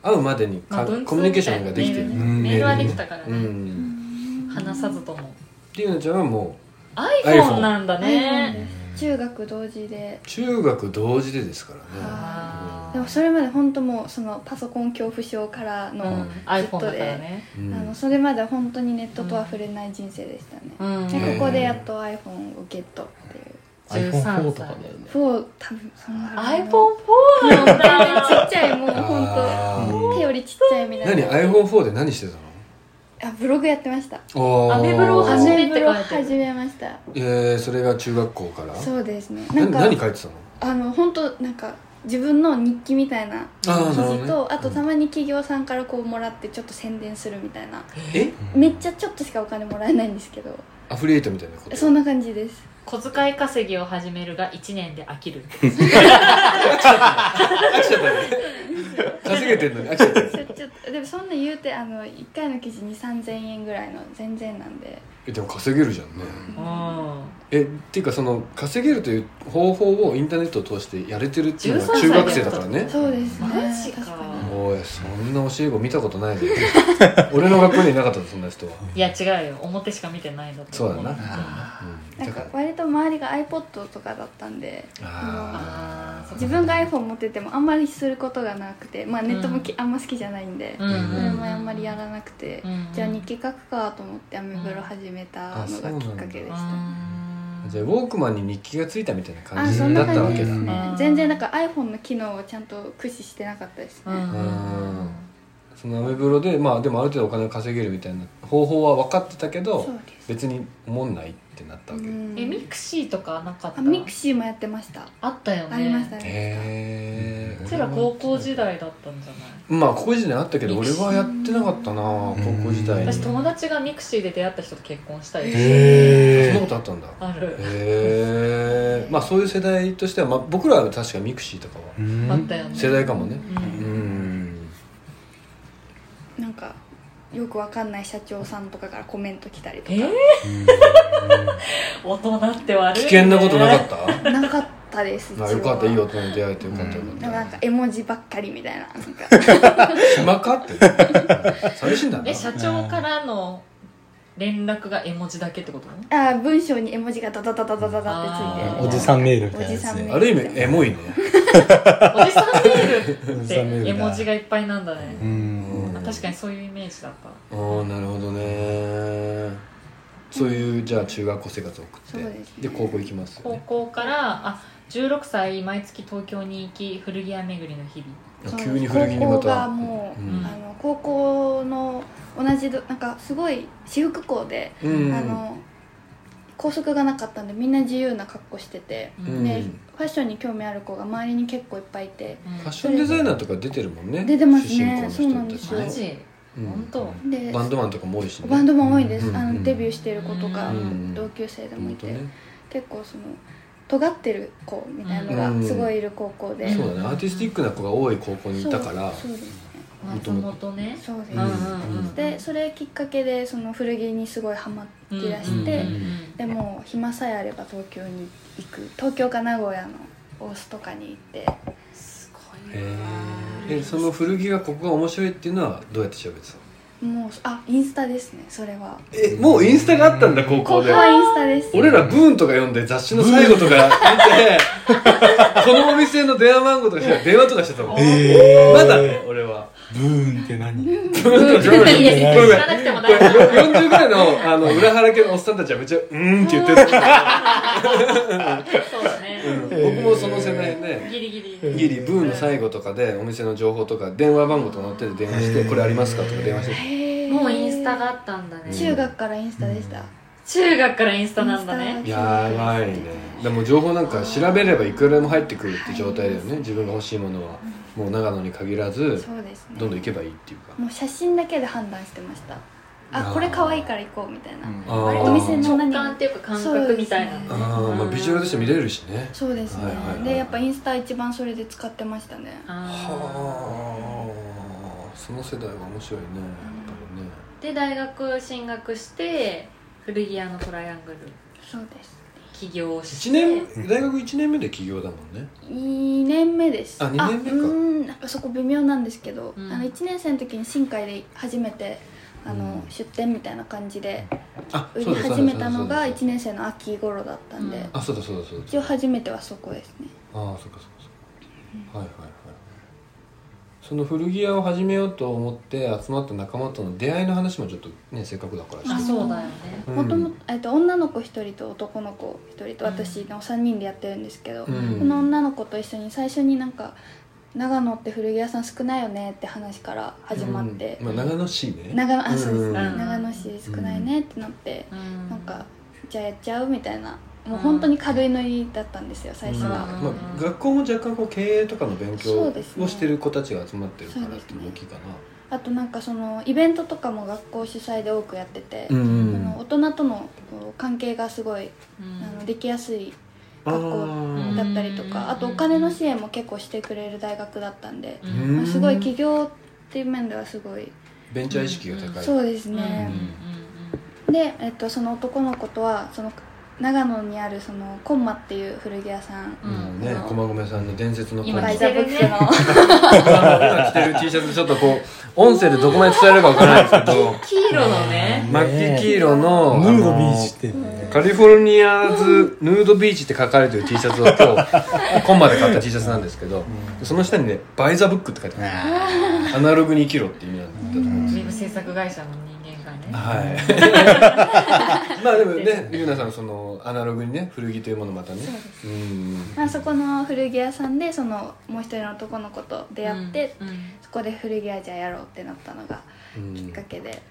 Speaker 1: 会うまでに
Speaker 2: ま
Speaker 1: か
Speaker 2: あ文通
Speaker 1: コミュニケーションができてる
Speaker 2: メ
Speaker 1: う
Speaker 2: ールね
Speaker 1: ん
Speaker 2: メールはできたから
Speaker 1: う
Speaker 2: ね
Speaker 1: ん
Speaker 2: 話さずとも
Speaker 1: っていうのちゃんはも iPhone
Speaker 2: iPhone なんだ
Speaker 4: iPhone
Speaker 2: ね
Speaker 4: です中学同時で
Speaker 1: う中学同時でですからね
Speaker 2: あ
Speaker 4: でもそれまで本当もうそのパソコン恐怖症から
Speaker 2: ー
Speaker 4: の、
Speaker 2: うん iPhone だからね
Speaker 1: うん
Speaker 4: あのそれまでは本当にネットとは触れない人生でしたね、
Speaker 2: うん
Speaker 4: で
Speaker 1: へー
Speaker 4: ここでやっと iPhone をゲットっていう
Speaker 2: 13
Speaker 3: iPhone4 と
Speaker 2: 歳
Speaker 3: かだよね
Speaker 4: 4多分その
Speaker 2: iPhone4 なんだ
Speaker 4: [LAUGHS] ちっちゃいもう本
Speaker 1: あー
Speaker 4: 当手よりちっちゃいみたい
Speaker 1: 何
Speaker 4: な
Speaker 1: iPhone4 で何してたの
Speaker 4: あブログやってました
Speaker 1: あー
Speaker 2: アメブロを
Speaker 4: ア
Speaker 2: 始めて
Speaker 4: メブ
Speaker 2: 書
Speaker 4: ロ
Speaker 2: いてる
Speaker 4: 始めました
Speaker 1: えーそれが中学校から
Speaker 4: そうですねな
Speaker 1: なん
Speaker 4: か
Speaker 1: 何書いてたの
Speaker 4: あの本当なんか自分の日記みたいな記
Speaker 1: あーなるほどね
Speaker 4: 事とあとたまに企業さんからこうもらってちょっと宣伝するみたいな
Speaker 1: え
Speaker 4: めっちゃちょっとしかお金もらえないんですけど
Speaker 1: アフリエイトみたいなこと
Speaker 4: そんな感じです
Speaker 2: 小遣い稼ぎを始めるが1年で飽きる
Speaker 1: 飽きちゃったね稼げてんのに飽きちゃ
Speaker 4: [LAUGHS]
Speaker 1: ったね
Speaker 4: ちょちょっとでもそんな言うてあの1回の記事2 3千円ぐらいの全然なんで
Speaker 1: えでも稼げるじゃんね
Speaker 2: うん
Speaker 1: えっていうかその稼げるという方法をインターネットを通してやれてるっていうのは
Speaker 2: 13
Speaker 1: 中学生だからね
Speaker 4: そうです
Speaker 2: マ
Speaker 4: ね
Speaker 2: ジか
Speaker 4: 確かに
Speaker 1: おいそんな教え子見たことないぞ [LAUGHS] 俺の学校にいなかったぞそんな人は、
Speaker 2: いや違うよ表しか見てないんだと思
Speaker 1: そうだな
Speaker 2: あ
Speaker 1: うん、
Speaker 4: なん
Speaker 1: だか
Speaker 4: から割と周りが iPod とかだったんで
Speaker 1: あ
Speaker 2: あ
Speaker 1: ー
Speaker 2: ー
Speaker 4: 自分が iPhone 持っててもあんまりすることがなくてまあネットもき、あんま好きじゃないんで、
Speaker 2: うんうん
Speaker 4: それもあんまりやらなくて、
Speaker 2: うん
Speaker 4: じゃあ日記書くかと思ってアメブロ始めたのがきっかけでした、
Speaker 2: うん
Speaker 1: じゃあウォークマンに日記がついたみたいな
Speaker 4: あ
Speaker 1: 感じ
Speaker 4: そん
Speaker 1: だ
Speaker 4: な
Speaker 1: った
Speaker 4: 感
Speaker 1: わ
Speaker 4: じ
Speaker 1: け
Speaker 4: です
Speaker 1: だ
Speaker 4: ね、
Speaker 2: うん
Speaker 4: 全然なんか iPhone の機能をちゃんと駆使してなかったですね、
Speaker 1: うんそのアメブロでまあでもある程度お金を稼げるみたいな方法は分かってたけど
Speaker 4: そうです
Speaker 1: 別に思んないってなったわけへ
Speaker 4: うん
Speaker 2: えミクシーとかなかった
Speaker 4: あミクシーもやってました
Speaker 2: あったよね
Speaker 4: ありましたね
Speaker 1: え
Speaker 2: うちら高校時代だったんじゃない
Speaker 1: まあ高校時代あったけど俺はやってなかったな高
Speaker 3: ん
Speaker 1: 校時代
Speaker 3: うん
Speaker 1: に
Speaker 2: 私
Speaker 1: そん
Speaker 2: 友達がミクシーで出会った人と結婚したり
Speaker 3: へ
Speaker 1: な
Speaker 3: え
Speaker 1: ことあったんだ
Speaker 2: ある
Speaker 1: へえまあそういう世代としては、まあ、僕らは確かミクシーとかは
Speaker 2: あったよね
Speaker 1: 世代かもね
Speaker 2: う
Speaker 1: うんん
Speaker 4: なんかよくわかんない社長さんとかからコメント来たりとか、
Speaker 2: えー大人って悪いね
Speaker 1: 危険なことなかった
Speaker 4: なかったです
Speaker 1: [LAUGHS] あよかったいい
Speaker 4: 一応
Speaker 1: 大人に出会えてよかったよかっ
Speaker 4: でもなん
Speaker 1: た
Speaker 4: か絵文字ばっかりみたいななんか
Speaker 1: [LAUGHS] 暇かって寂しいんだな
Speaker 2: え社長からの連絡が絵文字だけってこと
Speaker 4: あー文章に絵文字がダダダダダダダってつい
Speaker 2: あ
Speaker 4: て
Speaker 2: ー
Speaker 4: る
Speaker 3: おじさんメールみたいなやつ
Speaker 4: おじさんメー
Speaker 1: あ
Speaker 4: ル
Speaker 1: る意味エモいね
Speaker 2: おじさんメール
Speaker 3: お
Speaker 2: っ
Speaker 3: じさんメール
Speaker 2: て
Speaker 3: だ
Speaker 2: 絵文字がいっぱいなんだね
Speaker 3: う、ん
Speaker 1: うん
Speaker 2: 確かにそういうイメージだった
Speaker 1: ああなるほどねそういうじゃあ中学校生活を送って
Speaker 4: そうですね
Speaker 1: 高校行きますよ
Speaker 2: 高
Speaker 1: ね
Speaker 2: 校からあ16歳毎月東京に行き古着屋巡りの日々
Speaker 4: そう
Speaker 1: 急に古着にま
Speaker 4: 高校が
Speaker 1: た
Speaker 4: もう、
Speaker 1: うん
Speaker 4: あの高校の同じどなんかすごい私服校で、
Speaker 1: うん
Speaker 4: あの校則がなかったんでみんな自由な格好してて、
Speaker 2: う
Speaker 1: うん
Speaker 2: ん
Speaker 4: でファッションに興味ある子が周りに結構いっぱいいて
Speaker 2: うん
Speaker 1: ファッションデザイナーとか出てるもんね
Speaker 4: 出てますね
Speaker 1: 主人公の人たち
Speaker 4: そうなんですよ
Speaker 2: マジ
Speaker 1: うん
Speaker 2: 本当
Speaker 4: で
Speaker 1: バンドマンとかも多いしね
Speaker 4: バンドも多いです、
Speaker 1: うん
Speaker 4: あ
Speaker 1: うん
Speaker 4: のデビューしてる子とか、
Speaker 1: うん
Speaker 4: 同級生でも
Speaker 1: 本
Speaker 4: い
Speaker 1: 当
Speaker 4: て、
Speaker 1: ね
Speaker 4: 結構その尖ってる子みたいな
Speaker 1: う
Speaker 4: の
Speaker 1: ん
Speaker 4: がすごいいる高校で、
Speaker 1: そうだねアーティスティックな子が多い高校にいたから
Speaker 4: そうそうですね
Speaker 2: もともとね
Speaker 4: そうです
Speaker 2: うんうんうん
Speaker 4: でそれきっかけでその古着にすごいハマりだ
Speaker 1: うん
Speaker 4: し
Speaker 1: うんう
Speaker 4: て、
Speaker 1: ん
Speaker 4: でもう暇さえあれば東京に行く東京か名古屋の大須とかに行って
Speaker 2: す
Speaker 1: へ
Speaker 2: ごい
Speaker 1: え
Speaker 2: な
Speaker 1: えその古着がここが面白いっていうのはどうやって調べてたの
Speaker 4: もうあインスタですねそれは
Speaker 1: えもうインスタがあったんだ高
Speaker 4: 高
Speaker 1: 校
Speaker 4: 校
Speaker 1: で
Speaker 4: はインスタです
Speaker 1: 俺らブーンとか読んで雑誌の最後とか見てこのお店の電話番号とかして電話とかしてたもんま
Speaker 3: え
Speaker 1: だね俺は
Speaker 3: ブーンって何
Speaker 1: ブーンとか
Speaker 2: [LAUGHS] いいです
Speaker 1: ごめんごめ
Speaker 2: 知
Speaker 1: ん
Speaker 2: らなくても
Speaker 1: これ
Speaker 2: 大丈夫
Speaker 1: 40ぐらいのあの裏腹系のおっさんたちはめっちゃ「うーん」って言ってる
Speaker 2: そうだね
Speaker 1: 僕もその世代ね
Speaker 2: ギリギリ
Speaker 1: ギリブーンの最後とかでお店の情報とか電話番号とか載ってて電話して「これありますか?」とか電話して
Speaker 4: へー
Speaker 2: もうインスタがあったんだね
Speaker 4: 中学からインスタでした、
Speaker 2: 中学からインスタなんだ
Speaker 4: イン
Speaker 2: ね
Speaker 4: ス
Speaker 1: やばいねでも情報なんか調べればいくらでも入ってくるって状態だよね自分が欲しいものはもう長野に限らず
Speaker 4: そうですね
Speaker 1: どんどん行けばいいっていうか
Speaker 4: もう写真だけで判断してました
Speaker 1: あー
Speaker 4: あこれ可愛いから行こうみたいな、
Speaker 3: うん
Speaker 1: あー
Speaker 4: お店の
Speaker 2: 直
Speaker 4: 何
Speaker 2: 感
Speaker 4: が
Speaker 2: っていうか感覚みたいな
Speaker 4: そうですね
Speaker 1: あーまあビジュアルとして見れるしね
Speaker 4: そうですね、
Speaker 1: はいはいはい
Speaker 4: でやっぱインスタ一番それで使ってましたね
Speaker 2: あ
Speaker 1: はあその世代は面白いねやっぱりね
Speaker 2: ーで大学進学して古着屋のトライアングル
Speaker 4: そうです
Speaker 2: 起業して
Speaker 1: 一年大学1年目で起業だもんね
Speaker 4: 2年目です
Speaker 1: あ二年目か
Speaker 4: うーんなんかそこ微妙なんですけど、
Speaker 2: うん
Speaker 4: あの1年生の時に新海で初めてあの、
Speaker 1: うん
Speaker 4: 出店みたいな感じで
Speaker 1: あ
Speaker 4: 売
Speaker 1: そ
Speaker 4: り
Speaker 1: うだ
Speaker 4: 始めたのが
Speaker 1: そうだそうだ
Speaker 4: 1年生の秋頃だったんで、
Speaker 2: うん
Speaker 1: あそうだそうだそうだ
Speaker 4: 一応初めてはそこですね
Speaker 1: ああそっかそっかそっかはいはいはいその古着屋を始めようと思って集まった仲間との出会いの話もちょっとねせっかくだから
Speaker 2: あ
Speaker 1: して
Speaker 2: そうだよね
Speaker 1: うん
Speaker 4: もともとえっと女の子1人と男の子1人と
Speaker 2: うん
Speaker 4: 私の3人でやってるんですけど、
Speaker 1: うん
Speaker 4: この女の子と一緒に最初になんか「長野って古着屋さん少ないよね」って話から始まって、
Speaker 1: うんまあ長野市ね
Speaker 4: 長野あそうですね、
Speaker 1: うん
Speaker 4: 長野市少ないねってなって、
Speaker 2: うん
Speaker 4: なんかじゃあやっちゃうみたいなもう本当に軽いノリだったんですよ最初は、
Speaker 1: まあ、学校も若干こう経営とかの勉強
Speaker 4: そうですね
Speaker 1: をしてる子たちが集まってるからっていうのが大きいかな
Speaker 4: あとなんかそのイベントとかも学校主催で多くやってて、
Speaker 1: うんうん
Speaker 4: あの大人とのこう関係がすご
Speaker 2: う
Speaker 4: い、
Speaker 2: ん
Speaker 4: あのできやすい
Speaker 1: あ
Speaker 4: 学
Speaker 1: ー
Speaker 4: 校だったりと
Speaker 2: うん
Speaker 4: かあとお金の支援も結構してくれる大学だったんで、
Speaker 2: う
Speaker 1: うん
Speaker 2: ん
Speaker 4: まあすごい起業っていう面ではすごい、
Speaker 1: ベンチャー意識が高い
Speaker 4: そうです
Speaker 2: う
Speaker 4: ね、
Speaker 2: んうんうん
Speaker 4: で、えっと、その男の子とはその長野にあるそのコンマっていう古着屋さん
Speaker 2: う
Speaker 1: うんんね駒込さんの伝説のコン
Speaker 2: 今
Speaker 4: バ
Speaker 1: ビ
Speaker 4: イザブックスの
Speaker 1: 今着てる T シャツちょっとこう音声でどこまで伝えるかわからないですけ
Speaker 4: [LAUGHS]
Speaker 1: ど
Speaker 2: 黄色のね
Speaker 1: 真っ黄色の
Speaker 3: ヌード
Speaker 1: あ
Speaker 3: ビ
Speaker 1: の
Speaker 3: ーチってね
Speaker 1: カリフォルニアズヌードビーチって書かれてる T シャツを今日 [LAUGHS] コンマで買った T シャツなんですけど、その下にね「バイザブック」って書いてあるアナログに生きろっていう意味なんだと思うんで
Speaker 2: ウ
Speaker 1: す
Speaker 2: ェブ制作会社の人間がね
Speaker 1: はい
Speaker 4: [LAUGHS]
Speaker 1: まあでもねゆうなさんそのアナログにね古着というものまたね
Speaker 4: そう
Speaker 1: う
Speaker 4: で
Speaker 1: ん
Speaker 4: ま [LAUGHS] あそこの古着屋さんでそのもう一人の男の子と出会って、
Speaker 2: うんうん
Speaker 4: そこで古着屋じゃあやろうってなったのが
Speaker 1: うん
Speaker 4: きっかけで、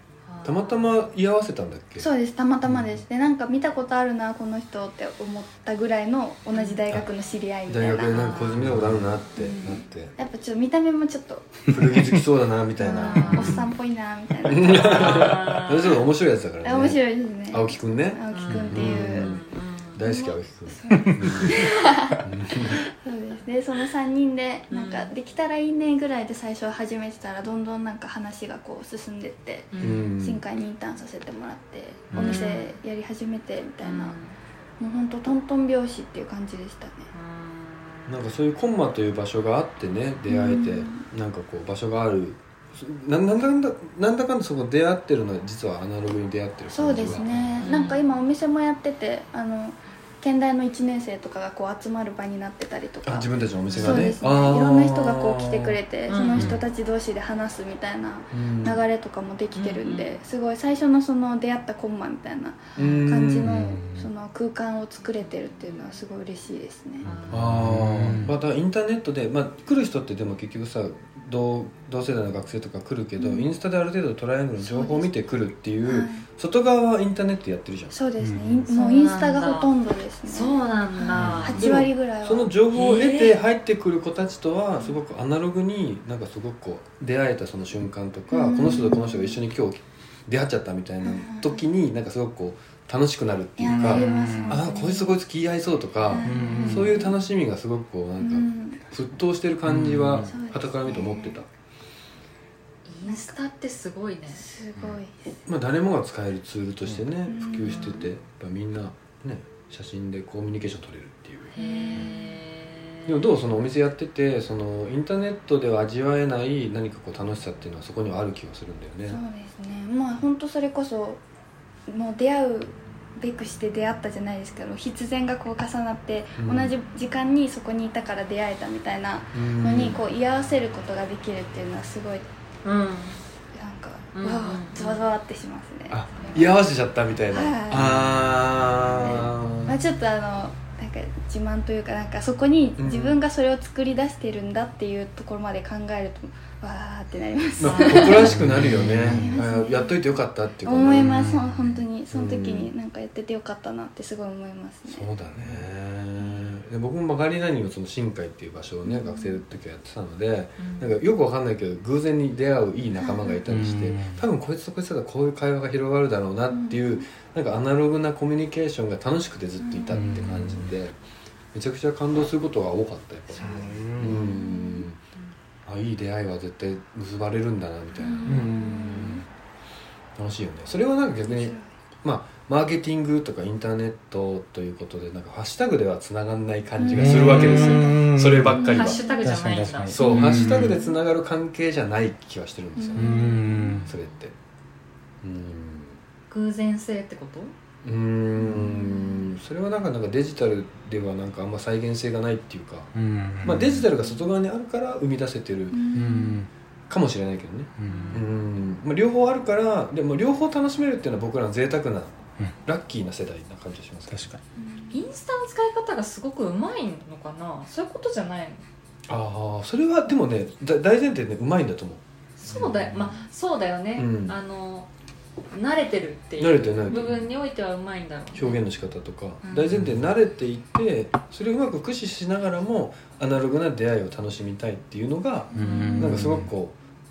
Speaker 1: たまたま居合わせたんだっけ
Speaker 4: そうですたまたまですでなんか見たことあるなこの人って思ったぐらいの同じ大学の知り合いみた
Speaker 1: 大
Speaker 4: い
Speaker 1: 学
Speaker 4: な
Speaker 1: でなんかこいつ見たことあるなって
Speaker 2: うん
Speaker 1: なって
Speaker 4: やっぱちょっと見た目もちょっと
Speaker 1: 古着好きそうだなみたいな
Speaker 2: うん
Speaker 4: おっさんっぽいなみたい
Speaker 1: [LAUGHS]
Speaker 4: な
Speaker 2: あ
Speaker 1: そ
Speaker 2: ー
Speaker 1: れちょっと面白いやつだからね
Speaker 4: 面白いですね
Speaker 1: 青木くんね
Speaker 4: 青木くんっていう、
Speaker 1: うん大好き青木くん
Speaker 4: そうですねその3人で
Speaker 2: うん
Speaker 4: なんかできたらいいねぐらいで最初は始めてたらどんどんなんか話がこう進んでって、
Speaker 2: う
Speaker 1: うん
Speaker 4: 新海にインターンさせてもらって、
Speaker 1: うん
Speaker 4: お店やり始めてみたいな、もうほんとトントン拍子っていう感じでしたね
Speaker 1: なんかそういうコンマという場所があってね出会えて、
Speaker 4: う
Speaker 1: なんかこう場所があるそななんだかんだなんだかんだそこ出会ってるのは実はアナログに出会ってる感じが
Speaker 4: そうですね、
Speaker 2: うん
Speaker 4: なんか今お店もやっててあの県大の1年生とかがこう集まる場になってたりと
Speaker 1: あ
Speaker 4: か
Speaker 1: 自分たちのお店
Speaker 4: そ
Speaker 1: が
Speaker 4: う
Speaker 1: ね
Speaker 4: ですねい
Speaker 1: あー
Speaker 4: ろんな人がこう来てくれて、
Speaker 2: うん
Speaker 4: その人たち同士で話すみたいな
Speaker 1: うん
Speaker 4: 流れとかもできてるんで、
Speaker 2: う
Speaker 4: すごい最初のその出会ったコンマみたいな
Speaker 1: うん
Speaker 4: 感じの
Speaker 1: うん
Speaker 4: その空間を作れてるっていうのはすごい嬉しいですね、
Speaker 1: あ
Speaker 3: う
Speaker 1: ー
Speaker 3: ん
Speaker 1: またインターネットで、まあ、来る人ってでも結局さ同同世代の学生とか来るけど、
Speaker 4: うん
Speaker 1: インスタである程度トライアングルの情報を見て来るっていう
Speaker 4: はい
Speaker 1: 外側はインターネットやってるじゃん
Speaker 4: そうですね、
Speaker 3: うん
Speaker 4: インもうインスタがほとんどですね
Speaker 2: そうなんだ
Speaker 4: 8割ぐらいは
Speaker 1: その情報を得て入ってくる子たちとはすごくアナログになんかすごくこう出会えたその瞬間とか、
Speaker 4: うん
Speaker 1: この人とこの人が一緒に今日出会っちゃったみたいな時になんかすごくこう楽しくなるって
Speaker 4: い
Speaker 1: い
Speaker 4: や
Speaker 1: う
Speaker 4: な
Speaker 1: か
Speaker 4: ります
Speaker 1: あなんかこいつとこいつ気合いそうとか、
Speaker 3: うん
Speaker 1: そういう楽しみがすごくこうな
Speaker 4: うん
Speaker 1: か
Speaker 4: ん
Speaker 1: 沸騰してる感じは
Speaker 4: んそうですね
Speaker 1: 傍から見て思ってた、
Speaker 2: インスタってすごいね
Speaker 4: すごいです
Speaker 1: まあ、誰もが使えるツールとしてね
Speaker 4: うん
Speaker 1: 普及しててやっぱみんなね写真でコミュニケーション取れるっていう。
Speaker 2: へえ
Speaker 1: でもどうそのお店やっててそのインターネットでは味わえない何かこう楽しさっていうのはそこにはある気がするんだよ
Speaker 4: そう
Speaker 1: ね
Speaker 4: ですねまあ本当それこそもう出会うべくして出会ったじゃないですけど必然がこう重なって、
Speaker 1: うん
Speaker 4: 同じ時間にそこにいたから出会えたみたいなのにこう居合わせることができるっていうのはすごい
Speaker 2: うん
Speaker 4: なんか、
Speaker 2: う
Speaker 4: うんわーざわざわってしますね
Speaker 1: あ居合わせちゃったみたいな、
Speaker 4: はい
Speaker 1: あー、
Speaker 4: まあ、ちょっとあのなんか自慢というかなんかそこに
Speaker 1: うん
Speaker 4: 自分がそれを作り出してるんだっていうところまで考えるとわーってな
Speaker 1: [LAUGHS]
Speaker 4: ります
Speaker 1: まあ誇らしくなるよね
Speaker 4: うん
Speaker 1: あやっといてよかったっていうかね
Speaker 4: 思いますほん本当にその時になんかやっててよかったなってすごい思います
Speaker 1: そ
Speaker 4: ね
Speaker 1: うだねで僕もマガリナにもその新海っていう場所をね学生の時はやってたのでなんかよくわかんないけど偶然に出会ういい仲間がいたりして
Speaker 3: うん
Speaker 1: 多分こいつとこいつだったらこういう会話が広がるだろうなっていうなんかアナログなコミュニケーションが楽しくてずっといたって感じでめちゃくちゃ感動することが多かったやっぱ
Speaker 4: うです
Speaker 1: う
Speaker 3: うん
Speaker 1: んあいい出会いは絶対結ばれるんだなみたいな
Speaker 3: うん
Speaker 1: 楽しいよねそれはなんか逆にまあマーケティングとかインターネットということでなんかハッシュタグではつながんない感じがするわけですよ
Speaker 3: うん
Speaker 1: そればっかり
Speaker 2: ハ
Speaker 1: は
Speaker 2: ッシュタグじゃないん
Speaker 3: 確か
Speaker 2: だ
Speaker 3: に確か
Speaker 1: そう
Speaker 3: うん
Speaker 1: ハッシュタグでつながる関係じゃない気はしてるんですよ
Speaker 3: う
Speaker 1: ね
Speaker 3: ん
Speaker 1: それってうん
Speaker 2: 偶然性ってこと
Speaker 1: うーんそれはなんかなんかデジタルではなんかあんま再現性がないっていうか、
Speaker 3: うん
Speaker 1: まあ、デジタルが外側にあるから生み出せてる
Speaker 3: うん
Speaker 1: かもしれないけどね
Speaker 3: うん
Speaker 1: うん、まあ、両方あるからでも両方楽しめるっていうのは僕らの贅沢な、
Speaker 3: うん
Speaker 1: ラッキーな世代な感じがします
Speaker 3: 確かに
Speaker 2: インスタの使い方がすごくうまいのかなそういうことじゃないの
Speaker 1: ああそれはでもねだ大前提でうまいんだと思う
Speaker 2: そうだよまあそうだよね、
Speaker 1: うん
Speaker 2: あの慣れてるって
Speaker 1: 慣
Speaker 2: い
Speaker 1: れてる
Speaker 2: う
Speaker 1: 慣れて
Speaker 2: 部
Speaker 1: る
Speaker 2: 分においてはうまいんだろうね、
Speaker 1: 表現の仕方とか、
Speaker 2: うん
Speaker 1: 大前提に慣れていてそれをうまく駆使しながらもアナログな出会いを楽しみたいっていうのが、
Speaker 3: うん
Speaker 1: なんかすごくこ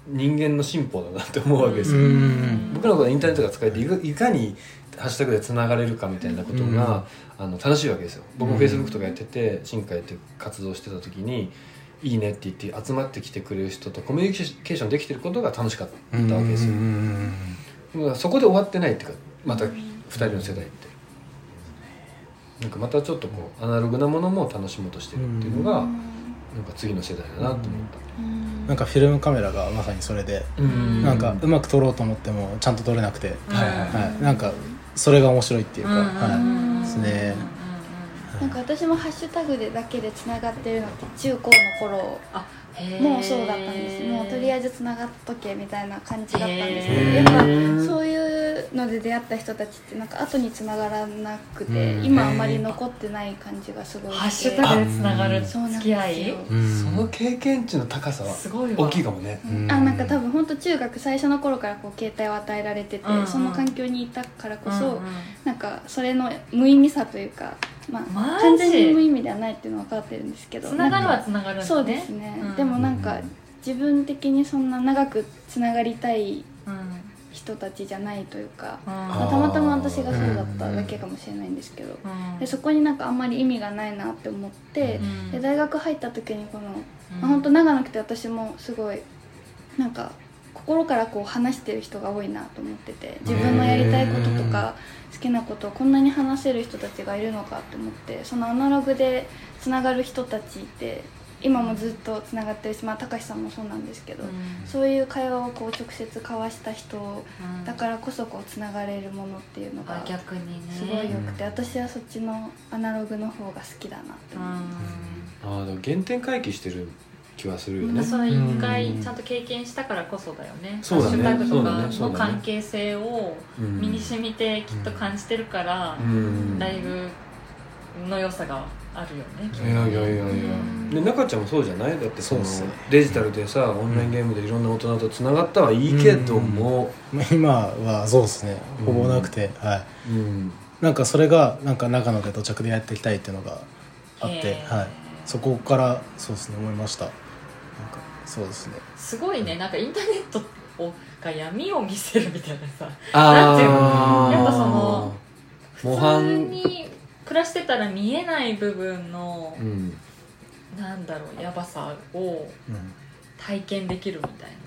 Speaker 1: う人間の進歩だなって思うわけですよ、
Speaker 3: うん
Speaker 1: 僕らのことはインターネットが使えていかいかにハッシュタグでつながれるかみたいなことが、あの楽しいわけですよ僕も
Speaker 3: うん
Speaker 1: フェイスブックとかやってて新海っていう活動してた時に「いいね」って言って集まってきてくれる人とコミュニケーションできてることが楽しかったわけですよ、
Speaker 3: うん
Speaker 1: だからそこで終わってないっていうかまた2人の世代ってなんかまたちょっとこうアナログなものも楽しもうとしてるっていうのが、なんか次の世代だなと思った、
Speaker 3: なんかフィルムカメラがまさにそれで、
Speaker 2: うん
Speaker 3: なんかうまく撮ろうと思ってもちゃんと撮れなくて、
Speaker 1: はいはい
Speaker 3: はい、なんかそれが面白いっていうか、はいですね
Speaker 4: なんか私もハッシュタグでだけでつながってるのって中高の頃もうそうだったんですもうとりあえずつながっとけみたいな感じだったんですけど
Speaker 1: へ
Speaker 4: やっ
Speaker 1: ー
Speaker 4: ぱそういうので出会った人たちってなんか後につながらなくて
Speaker 1: うん
Speaker 4: 今あまり残ってない感じがすごいして
Speaker 2: ハッシュタグでつながる
Speaker 4: そうなん
Speaker 2: 付
Speaker 4: です
Speaker 2: き
Speaker 4: よ
Speaker 2: 合い
Speaker 1: その経験値の高さは
Speaker 2: すごいわ
Speaker 1: 大きいかもね、
Speaker 4: うんあなんか多分本当中学最初の頃からこう携帯を与えられてて、
Speaker 2: うんうん
Speaker 4: その環境にいたからこそ、
Speaker 2: うんうん
Speaker 4: なんかそれの無意味さというか、ま
Speaker 2: マ
Speaker 4: あ、
Speaker 2: ジ
Speaker 4: 完全に無意味ではないっていうのは分かってるんですけど
Speaker 2: つながる
Speaker 4: なん
Speaker 2: はつながるん
Speaker 4: か
Speaker 2: だ
Speaker 4: そうですね、
Speaker 2: うん
Speaker 4: でもなんか自分的にそんな長くつながりたい
Speaker 2: うん
Speaker 4: 人たちじゃないというか、ま
Speaker 2: う
Speaker 4: あ
Speaker 1: ー
Speaker 4: たまたま私がそうだっただけかもしれないんですけど、
Speaker 2: ん
Speaker 4: でそこになんかあんまり意味がないなって思って、
Speaker 2: うん
Speaker 4: で大学入った時にこの
Speaker 2: うん
Speaker 4: まあ、本当長なくて私もすごいなんか心からこう話してる人が多いなと思ってて自分のやりたいこととか好きなことをこんなに話せる人たちがいるのかと思ってそのアナログでつながる人たちって今もずっとつながってるしまあ高橋さんもそうなんですけど、
Speaker 2: うん
Speaker 4: そういう会話をこう直接交わした人
Speaker 2: うん
Speaker 4: だからこそこうつながれるものっていうの
Speaker 2: あ
Speaker 4: が
Speaker 2: 逆にね
Speaker 4: すごい良くて私はそっちのアナログの方が好きだなって
Speaker 2: う
Speaker 4: 思います。
Speaker 2: ん
Speaker 1: ああでも原点回帰してる気はするよ
Speaker 2: ま
Speaker 1: ね
Speaker 2: あそれ一回ちゃんと経験したからこそだよね
Speaker 1: そうだね
Speaker 2: ハッシュタグと
Speaker 1: そ
Speaker 2: か
Speaker 1: うだねそうだ
Speaker 2: の
Speaker 1: ね
Speaker 2: 関係性を
Speaker 1: うん
Speaker 2: 身に染みてきっと感じてるから
Speaker 1: う、ん
Speaker 2: だいぶの良さがあるよねきっ
Speaker 1: いやいやいやいやで中ちゃんもそうじゃないだってその
Speaker 3: そうっすね
Speaker 1: デジタルでさオンラインゲームでいろんな大人とつながったはいいけども、
Speaker 3: まあ今はそうですねほぼなくて、はい
Speaker 1: うん
Speaker 3: なんかそれがなんか長野で土着でやっていきたいっていうのがあって、
Speaker 2: へー
Speaker 3: はい、そこからそうですね思いましたなんかそうですね
Speaker 2: とすごいねなんかインターネットをが闇を見せるみたいなさ
Speaker 1: あ
Speaker 2: なん
Speaker 1: あ
Speaker 2: ていうのやっぱその
Speaker 1: 模
Speaker 2: 普
Speaker 1: 範
Speaker 2: 通に暮らしてたら見えない部分の
Speaker 1: う、ん
Speaker 2: なんだろうやばさを
Speaker 3: うん
Speaker 2: 体験できるみたいな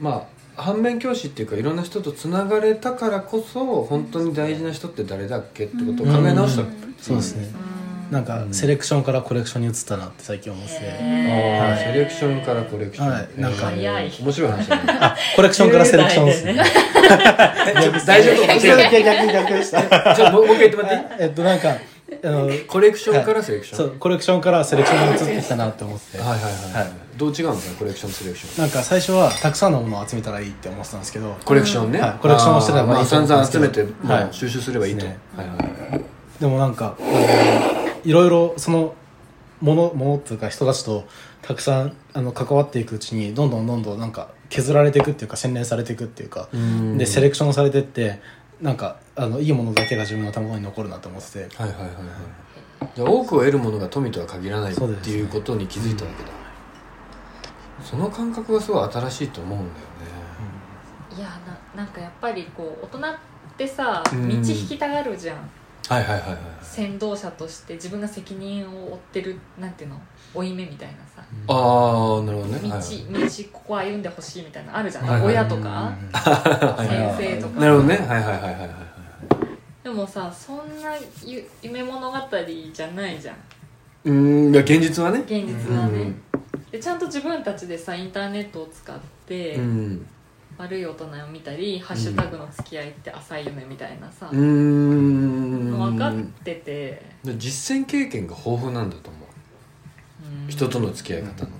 Speaker 1: まあ反面教師っていうかいろんな人とつながれたからこそ本当に大事な人って誰だっけってことを考え直した、
Speaker 4: うん
Speaker 3: そうですね
Speaker 2: うん
Speaker 3: なんかセレクションからコレクションに移ったなって最近思うんですね
Speaker 2: へー
Speaker 1: ああセレクションからコレクション、
Speaker 3: はいなんか
Speaker 2: 早い
Speaker 1: 面白い話だ
Speaker 3: [LAUGHS]
Speaker 1: ね
Speaker 3: コレクションからセレクションですね
Speaker 2: 10代でね
Speaker 1: [LAUGHS] 大丈夫
Speaker 3: 逆
Speaker 1: ち
Speaker 3: 逆逆でした
Speaker 1: ょっともうもう一回言ってもらっていい
Speaker 3: [LAUGHS] えっとなんかあの
Speaker 1: コレクションからセレクション、
Speaker 3: そうコレクションからセレクションに移ってきたなって思って
Speaker 1: はいはいはい、
Speaker 3: は
Speaker 1: どう違うんですかコレクションセレクション
Speaker 3: なんか最初はたくさんのものを集めたらいいって思ってたんですけど
Speaker 1: コレクションね、
Speaker 3: はいコレクションをしてたら
Speaker 1: あーま
Speaker 3: い
Speaker 1: あ
Speaker 3: いと思
Speaker 1: 散
Speaker 3: うんで
Speaker 1: 々
Speaker 3: すけ
Speaker 1: 集
Speaker 3: ど
Speaker 1: めて、も
Speaker 3: は
Speaker 1: う
Speaker 3: い
Speaker 1: 収集すればいいと、
Speaker 3: ですね
Speaker 1: はいはいはい
Speaker 3: でもなんかあのいろいろそのものものっていうか人たちとたくさんあの関わっていくうちにどんどんどんどんなんか削られていくっていうか洗練されていくっていうか
Speaker 1: うん
Speaker 3: でセレクションされてってなんかあのいいものだけが自分の頭に残るなと思ってて
Speaker 1: はいはいはいはいじゃあ多くを得るものが富とは限らないっ
Speaker 3: そうです
Speaker 1: ていうことに気づいたわけだその感覚がすごい新しいと思うんだよね
Speaker 2: いやななんかやっぱりこう大人ってさ道
Speaker 1: うん
Speaker 2: 引きたがるじゃん、
Speaker 1: はいはいはいはい
Speaker 2: 先導者として自分が責任を負ってるなんていうの負い目みたいなさ
Speaker 1: ああなるほどね
Speaker 2: 道、
Speaker 1: はい
Speaker 2: 道ここ歩んでほしいみたいなのあるじゃん、
Speaker 1: はいはい
Speaker 2: 親とか
Speaker 1: はいはいはい
Speaker 2: 先生とか
Speaker 1: なるほどねはいはいはいはいはい
Speaker 2: でもさそんなゆ夢物語じゃないじゃん
Speaker 1: うーんいや現実はね
Speaker 2: 現実
Speaker 1: う
Speaker 2: はね、
Speaker 1: ん
Speaker 2: でちゃんと自分たちでさインターネットを使って、
Speaker 1: うん
Speaker 2: 悪い大人を見たりハッシュタグの付き合いって浅いよねみたいなさ、
Speaker 1: うーん
Speaker 2: 分かってて、
Speaker 1: で実践経験が豊富なんだと思う
Speaker 2: うん
Speaker 1: 人との付き合い方の、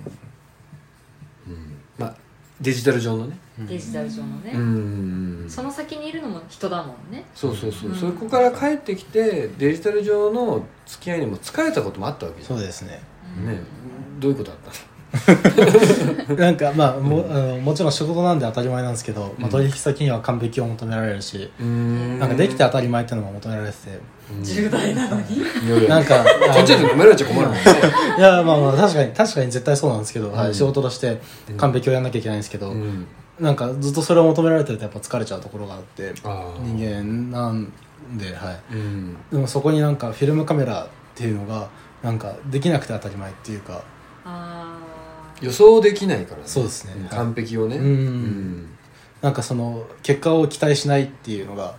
Speaker 1: うん、まあデジタル上のね
Speaker 2: デジタル上のね、
Speaker 1: うん
Speaker 2: その先にいるのも人だもんね
Speaker 1: そうそうそう、
Speaker 2: うん
Speaker 1: そこから帰ってきてデジタル上の付き合いにも疲れたこともあったわけじゃ
Speaker 3: そ
Speaker 1: ん
Speaker 3: うですね
Speaker 1: ねどういうことあったの [LAUGHS]
Speaker 3: なんかまあもあのもちろん仕事なんで当たり前なんですけど、
Speaker 1: う
Speaker 3: ま
Speaker 1: ん
Speaker 3: あ、取引先には完璧を求められるし、
Speaker 1: うん
Speaker 3: なんかできて当たり前っていうのも求められてて
Speaker 2: 10代なのに
Speaker 1: な
Speaker 3: なんん
Speaker 1: [LAUGHS] か
Speaker 3: か
Speaker 1: こっちで飲められちゃ困るもんね
Speaker 3: いやまあまあ確かに確かに絶対そうなんですけど、は
Speaker 1: うん
Speaker 3: い、仕事として完璧をやんなきゃいけないんですけど、
Speaker 1: うん
Speaker 3: なんかずっとそれを求められてるとやっぱ疲れちゃうところがあって
Speaker 1: あ
Speaker 3: 人間なんではい
Speaker 1: 間うん
Speaker 3: でもそこになんかフィルムカメラっていうのがなんかできなくて当たり前っていうか
Speaker 2: あ
Speaker 1: 予想できないからね
Speaker 3: そうですね
Speaker 1: ん完璧をね
Speaker 3: うんなんかその結果を期待しないっていうのが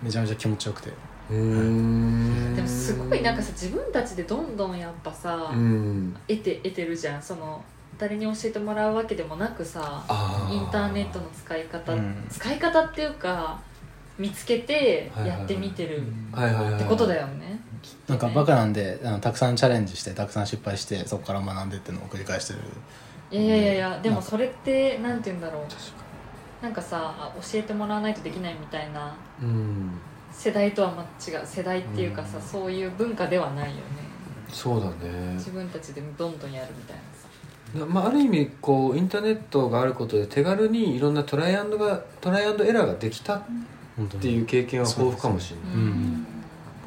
Speaker 3: めちゃめちゃ気持ちよくて
Speaker 1: うーん
Speaker 2: でもすごいなんかさ自分たちでどんどんやっぱさ、
Speaker 1: うん
Speaker 2: 得て得てるじゃんその誰に教えてもらうわけでもなくさ
Speaker 1: あー
Speaker 2: インターネットの使い方、
Speaker 3: うん
Speaker 2: 使い方っていうか見つけて
Speaker 1: はいはいはい
Speaker 2: やってみてる
Speaker 1: はいはいはい
Speaker 2: ってことだよね、
Speaker 3: なんかバカなんであのたくさんチャレンジしてたくさん失敗してそこから学んでっていうのを繰り返してる
Speaker 2: いやいやいやで
Speaker 3: な
Speaker 2: も
Speaker 3: んか
Speaker 2: それってなんて言うんだろう
Speaker 1: 確か
Speaker 2: なんかさあ教えてもらわないとできないみたいな
Speaker 1: にうん
Speaker 2: 世代とはま違う世代っていうかさ、
Speaker 1: うん
Speaker 2: そういう文化ではないよね
Speaker 1: そうだね
Speaker 2: 自分たちでどんどんやるみたいな
Speaker 1: な
Speaker 2: さ
Speaker 1: まあ、ある意味こうインターネットがあることで手軽にいろんなトライアンドがトライアンドエラーができたっ
Speaker 3: って
Speaker 1: ていう経験は豊富かもしれない、
Speaker 3: ん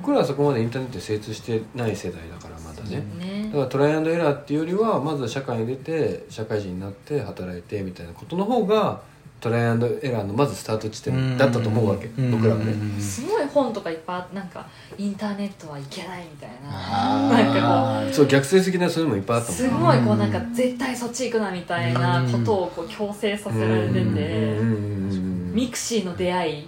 Speaker 1: 僕らはそこまでインターネットに精通してない世代だからまだね、
Speaker 2: ね
Speaker 1: だからトライアンドエラーっていうよりはまずは社会に出て社会人になって働いてみたいなことの方がトライアンドエラーのまずスタート地点だったと思うわけ僕らはね
Speaker 2: すごい本とかいっぱいなんかインターネットはいけないみたいな
Speaker 3: あー
Speaker 1: そう逆説的なそういうのもいっぱいあったもん
Speaker 2: す
Speaker 1: ね
Speaker 2: ごいこうなんか絶対そっち行くなみたいなことをこう強制させられて
Speaker 1: うん
Speaker 2: て
Speaker 1: うんうんうんうん
Speaker 2: ミクシーの出会い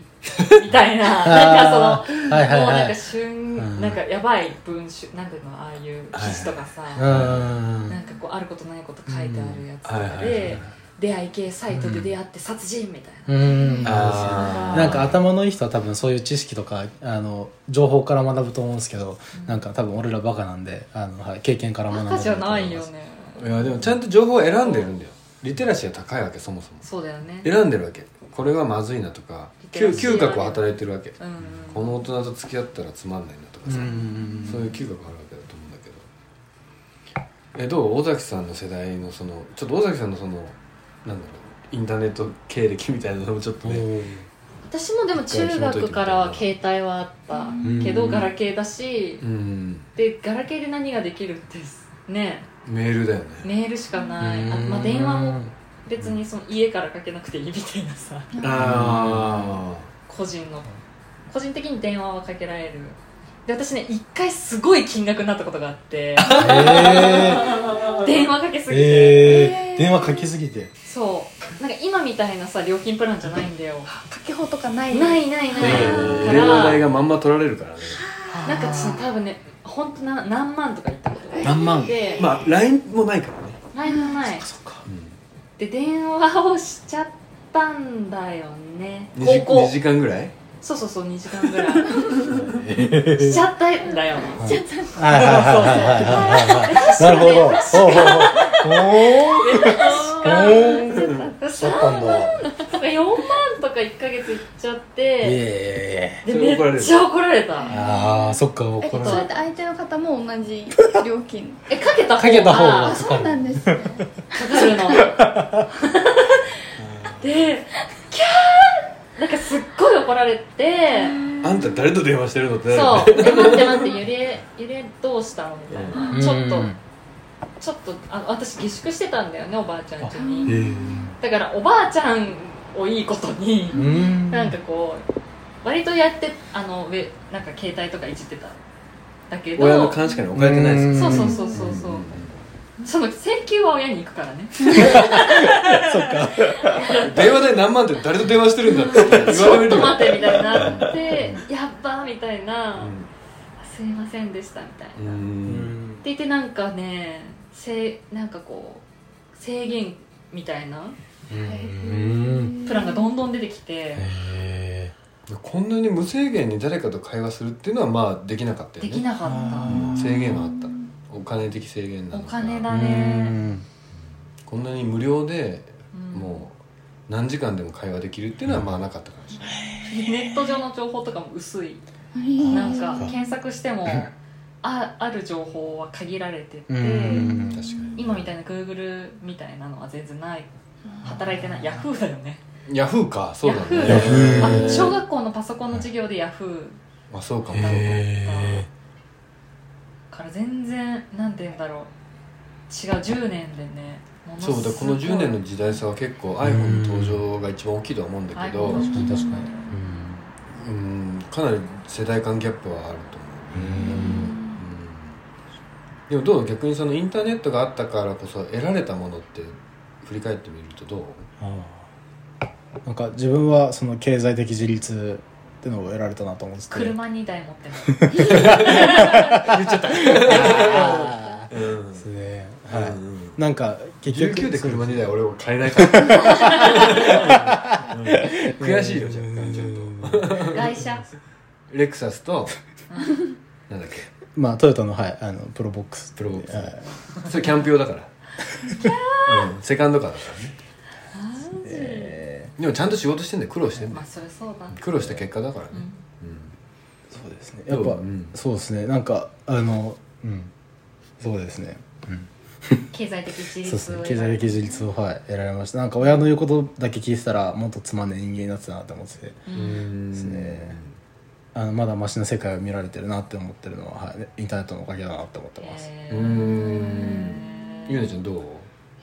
Speaker 2: みたいななんかその
Speaker 3: はいはい
Speaker 2: もうなん
Speaker 3: は
Speaker 2: か
Speaker 3: い
Speaker 2: 旬
Speaker 3: ん
Speaker 2: なんかやばい文集なんていうのああいう記事とかさ、
Speaker 3: うん
Speaker 2: なんかこうあることないこと書いてあるやつと
Speaker 1: はいはい
Speaker 2: か
Speaker 1: はい
Speaker 2: で、出会い系サイトで出会って殺人みたいな、
Speaker 3: うん
Speaker 1: あー
Speaker 3: なんか頭のいい人は多分そういう知識とかあの情報から学ぶと思うんですけど、なんか多分俺らバカなんであの、はい、経験から学んで
Speaker 2: 赤
Speaker 3: る
Speaker 2: じゃない
Speaker 3: と
Speaker 2: よ
Speaker 3: 思
Speaker 2: ね
Speaker 1: いやでもちゃんと情報を選んでるんだよリテラシーは高いわけそもそも
Speaker 2: そうだよね
Speaker 1: 選んでるわけこれはまずいなとか
Speaker 2: リテラ
Speaker 1: 嗅
Speaker 2: シーはね
Speaker 1: 嗅覚は働いてるわけ
Speaker 2: うん
Speaker 1: この大人と付き合ったらつまんないなとかさ、
Speaker 3: うん
Speaker 1: そういう嗅覚あるわけだと思うんだけどえどう尾崎さんの世代のそのちょっと尾崎さんのそのなんだろうインターネット経歴みたいなのもちょっとね
Speaker 2: 私もでも中学からは携帯はあったけど
Speaker 1: うん
Speaker 2: ガラケーだし
Speaker 1: うん
Speaker 2: でガラケーで何ができるってね
Speaker 1: メールだよね
Speaker 2: メールしかないあまあ電話も別にその家からかけなくていいみたいなさ
Speaker 1: あ
Speaker 2: 個人の個人的に電話はかけられるで私ね一回すごい金額になったことがあって
Speaker 3: え
Speaker 2: 電話かけす
Speaker 3: ー、
Speaker 2: ぎて、
Speaker 3: えー、電話かけすぎて
Speaker 2: そうなんか今みたいなさ料金プランじゃないんだよ
Speaker 4: かけ法とかない
Speaker 2: ないない
Speaker 1: あ
Speaker 2: ない
Speaker 1: 電
Speaker 2: から
Speaker 1: 話代がまんま取られるからね
Speaker 2: なんかその多分ね本当な何万とか言ったことがあっ
Speaker 3: 何万
Speaker 2: て
Speaker 1: まあ LINE もないからね、
Speaker 2: 前の前
Speaker 1: う
Speaker 2: で電話をしちゃったんだよね
Speaker 1: ん、
Speaker 2: 高
Speaker 1: 2,
Speaker 2: 校
Speaker 1: 時間ぐらい
Speaker 2: そうそうそう2時間ぐらいしちゃったんだよ
Speaker 3: はいはいはいはいはいはいなるほど
Speaker 2: 3
Speaker 3: おおおおおたん
Speaker 2: 万
Speaker 3: だ
Speaker 2: とか4万とか1か月いっちゃって
Speaker 3: え
Speaker 2: で
Speaker 1: それ
Speaker 2: め
Speaker 1: 怒られる
Speaker 2: っちゃ怒られ
Speaker 3: え
Speaker 2: た
Speaker 3: ああそっか
Speaker 4: え
Speaker 3: 怒
Speaker 4: そ
Speaker 3: ら
Speaker 4: れ
Speaker 3: れる
Speaker 4: って相手の方も同じ料金
Speaker 2: えかけた方が
Speaker 3: かけた方が
Speaker 4: あ [LAUGHS] そうなんですね
Speaker 2: かかるのでキャーなんかすっごい怒られて
Speaker 1: あんた誰と電話してるのってな
Speaker 2: そうで待って待ってゆりえゆりえどうしたのみたいなちょっと
Speaker 3: うん
Speaker 2: ちょっとあ私下宿してたんだよねおばあちゃん家
Speaker 1: る
Speaker 2: に
Speaker 1: よね
Speaker 2: だからおばあちゃんをいいことに
Speaker 3: うん
Speaker 2: なんかこう割とやってあの上なんか携帯とかいじってたんだけ
Speaker 1: えー親の
Speaker 2: ど
Speaker 1: 監視下に置かれてないです
Speaker 2: そうそうそうそうそううんその請求は親に行くからね
Speaker 1: 電話代何万って誰と電話してるんだって
Speaker 2: ち
Speaker 1: 言われ
Speaker 2: ょっ
Speaker 1: る
Speaker 2: と
Speaker 1: よ
Speaker 2: 待ってみたいになってやっばーみたいな、
Speaker 1: う
Speaker 2: すいませんでしたみたいな、
Speaker 1: んう
Speaker 2: って
Speaker 1: ん
Speaker 2: 言ってなんかねせなんかこう制限みたいな
Speaker 3: うん
Speaker 2: プランがどんどん出てきて、
Speaker 3: え
Speaker 1: こんなに無制限に誰かと会話するっていうのはまあできなかったよ
Speaker 2: で
Speaker 1: ね
Speaker 2: きなかっ
Speaker 1: うん制限はあったお金的制限なのか
Speaker 2: お金
Speaker 3: え
Speaker 2: だ
Speaker 1: こんなに無料で
Speaker 2: た、うん
Speaker 1: もう何時間でも会話できるっていうのはまあなかったかもしれない
Speaker 2: ネット上の情報とかも薄い
Speaker 4: うん
Speaker 2: なんか検索してもあある情報は限られてて、
Speaker 3: うん
Speaker 1: 確かに
Speaker 2: 今みたいな Google みたいなのは全然ない働いてない Yahoo だよね
Speaker 1: ヤフーかそうだ
Speaker 2: Yahoo
Speaker 1: ね
Speaker 2: だよねあ小学校のパソコンの授業で Yahoo
Speaker 1: まあそうかも
Speaker 3: へ
Speaker 2: から全然なんて言うんだろう違う10年でねものす
Speaker 1: そ
Speaker 2: ご
Speaker 1: う
Speaker 2: い
Speaker 1: だこの10年の時代差は結構 iPhone 登場が一番大きいとは思うんだけど
Speaker 2: iPhone
Speaker 3: 確かに確かに
Speaker 1: うんかなり世代間ギャップはあると思ううんでもどう逆にそのインターネットがあったからこそ得られたものって振り返ってみるとどう
Speaker 3: なんか自分はその経済的自立っていうのを得られたなと思ってて
Speaker 2: 車2台持ってます
Speaker 3: あ
Speaker 1: うんうん
Speaker 3: ーですね
Speaker 1: う
Speaker 3: はい、
Speaker 1: ん
Speaker 3: なんか結局
Speaker 1: 19で車2台俺を買えないからうん悔しいよじゃあ買っちゃうと
Speaker 2: 外車
Speaker 1: レクサスとなんだっけ
Speaker 3: まあトヨタのはいあのプロボックス
Speaker 1: プロボックス
Speaker 3: はい
Speaker 1: [LAUGHS] それキャンプ用だからうんセカンドカーだからね
Speaker 3: え
Speaker 1: でもちゃんと仕事してんだよ苦労してんだ
Speaker 2: まあ
Speaker 1: よ
Speaker 2: そりゃそうだ、
Speaker 1: 苦労した結果だからね
Speaker 2: う
Speaker 1: う
Speaker 2: ん
Speaker 1: ん
Speaker 3: ーそうですねやっぱ、
Speaker 1: うん
Speaker 3: そうですねなんかあのうんそうですね、
Speaker 2: 経済的自
Speaker 3: そう
Speaker 2: 立を
Speaker 3: ですね経済的自立をはい得られましたなんか親の言うことだけ聞いてたらもっとつまんない人間になってたなと思ってて
Speaker 2: う
Speaker 1: うんん
Speaker 3: ですねあのまだマシな世界を見られてるなって思ってるのは、はい、インターネットのおかげだなって思ってます、
Speaker 2: え
Speaker 1: う
Speaker 2: ー
Speaker 1: んゆうなちゃんどう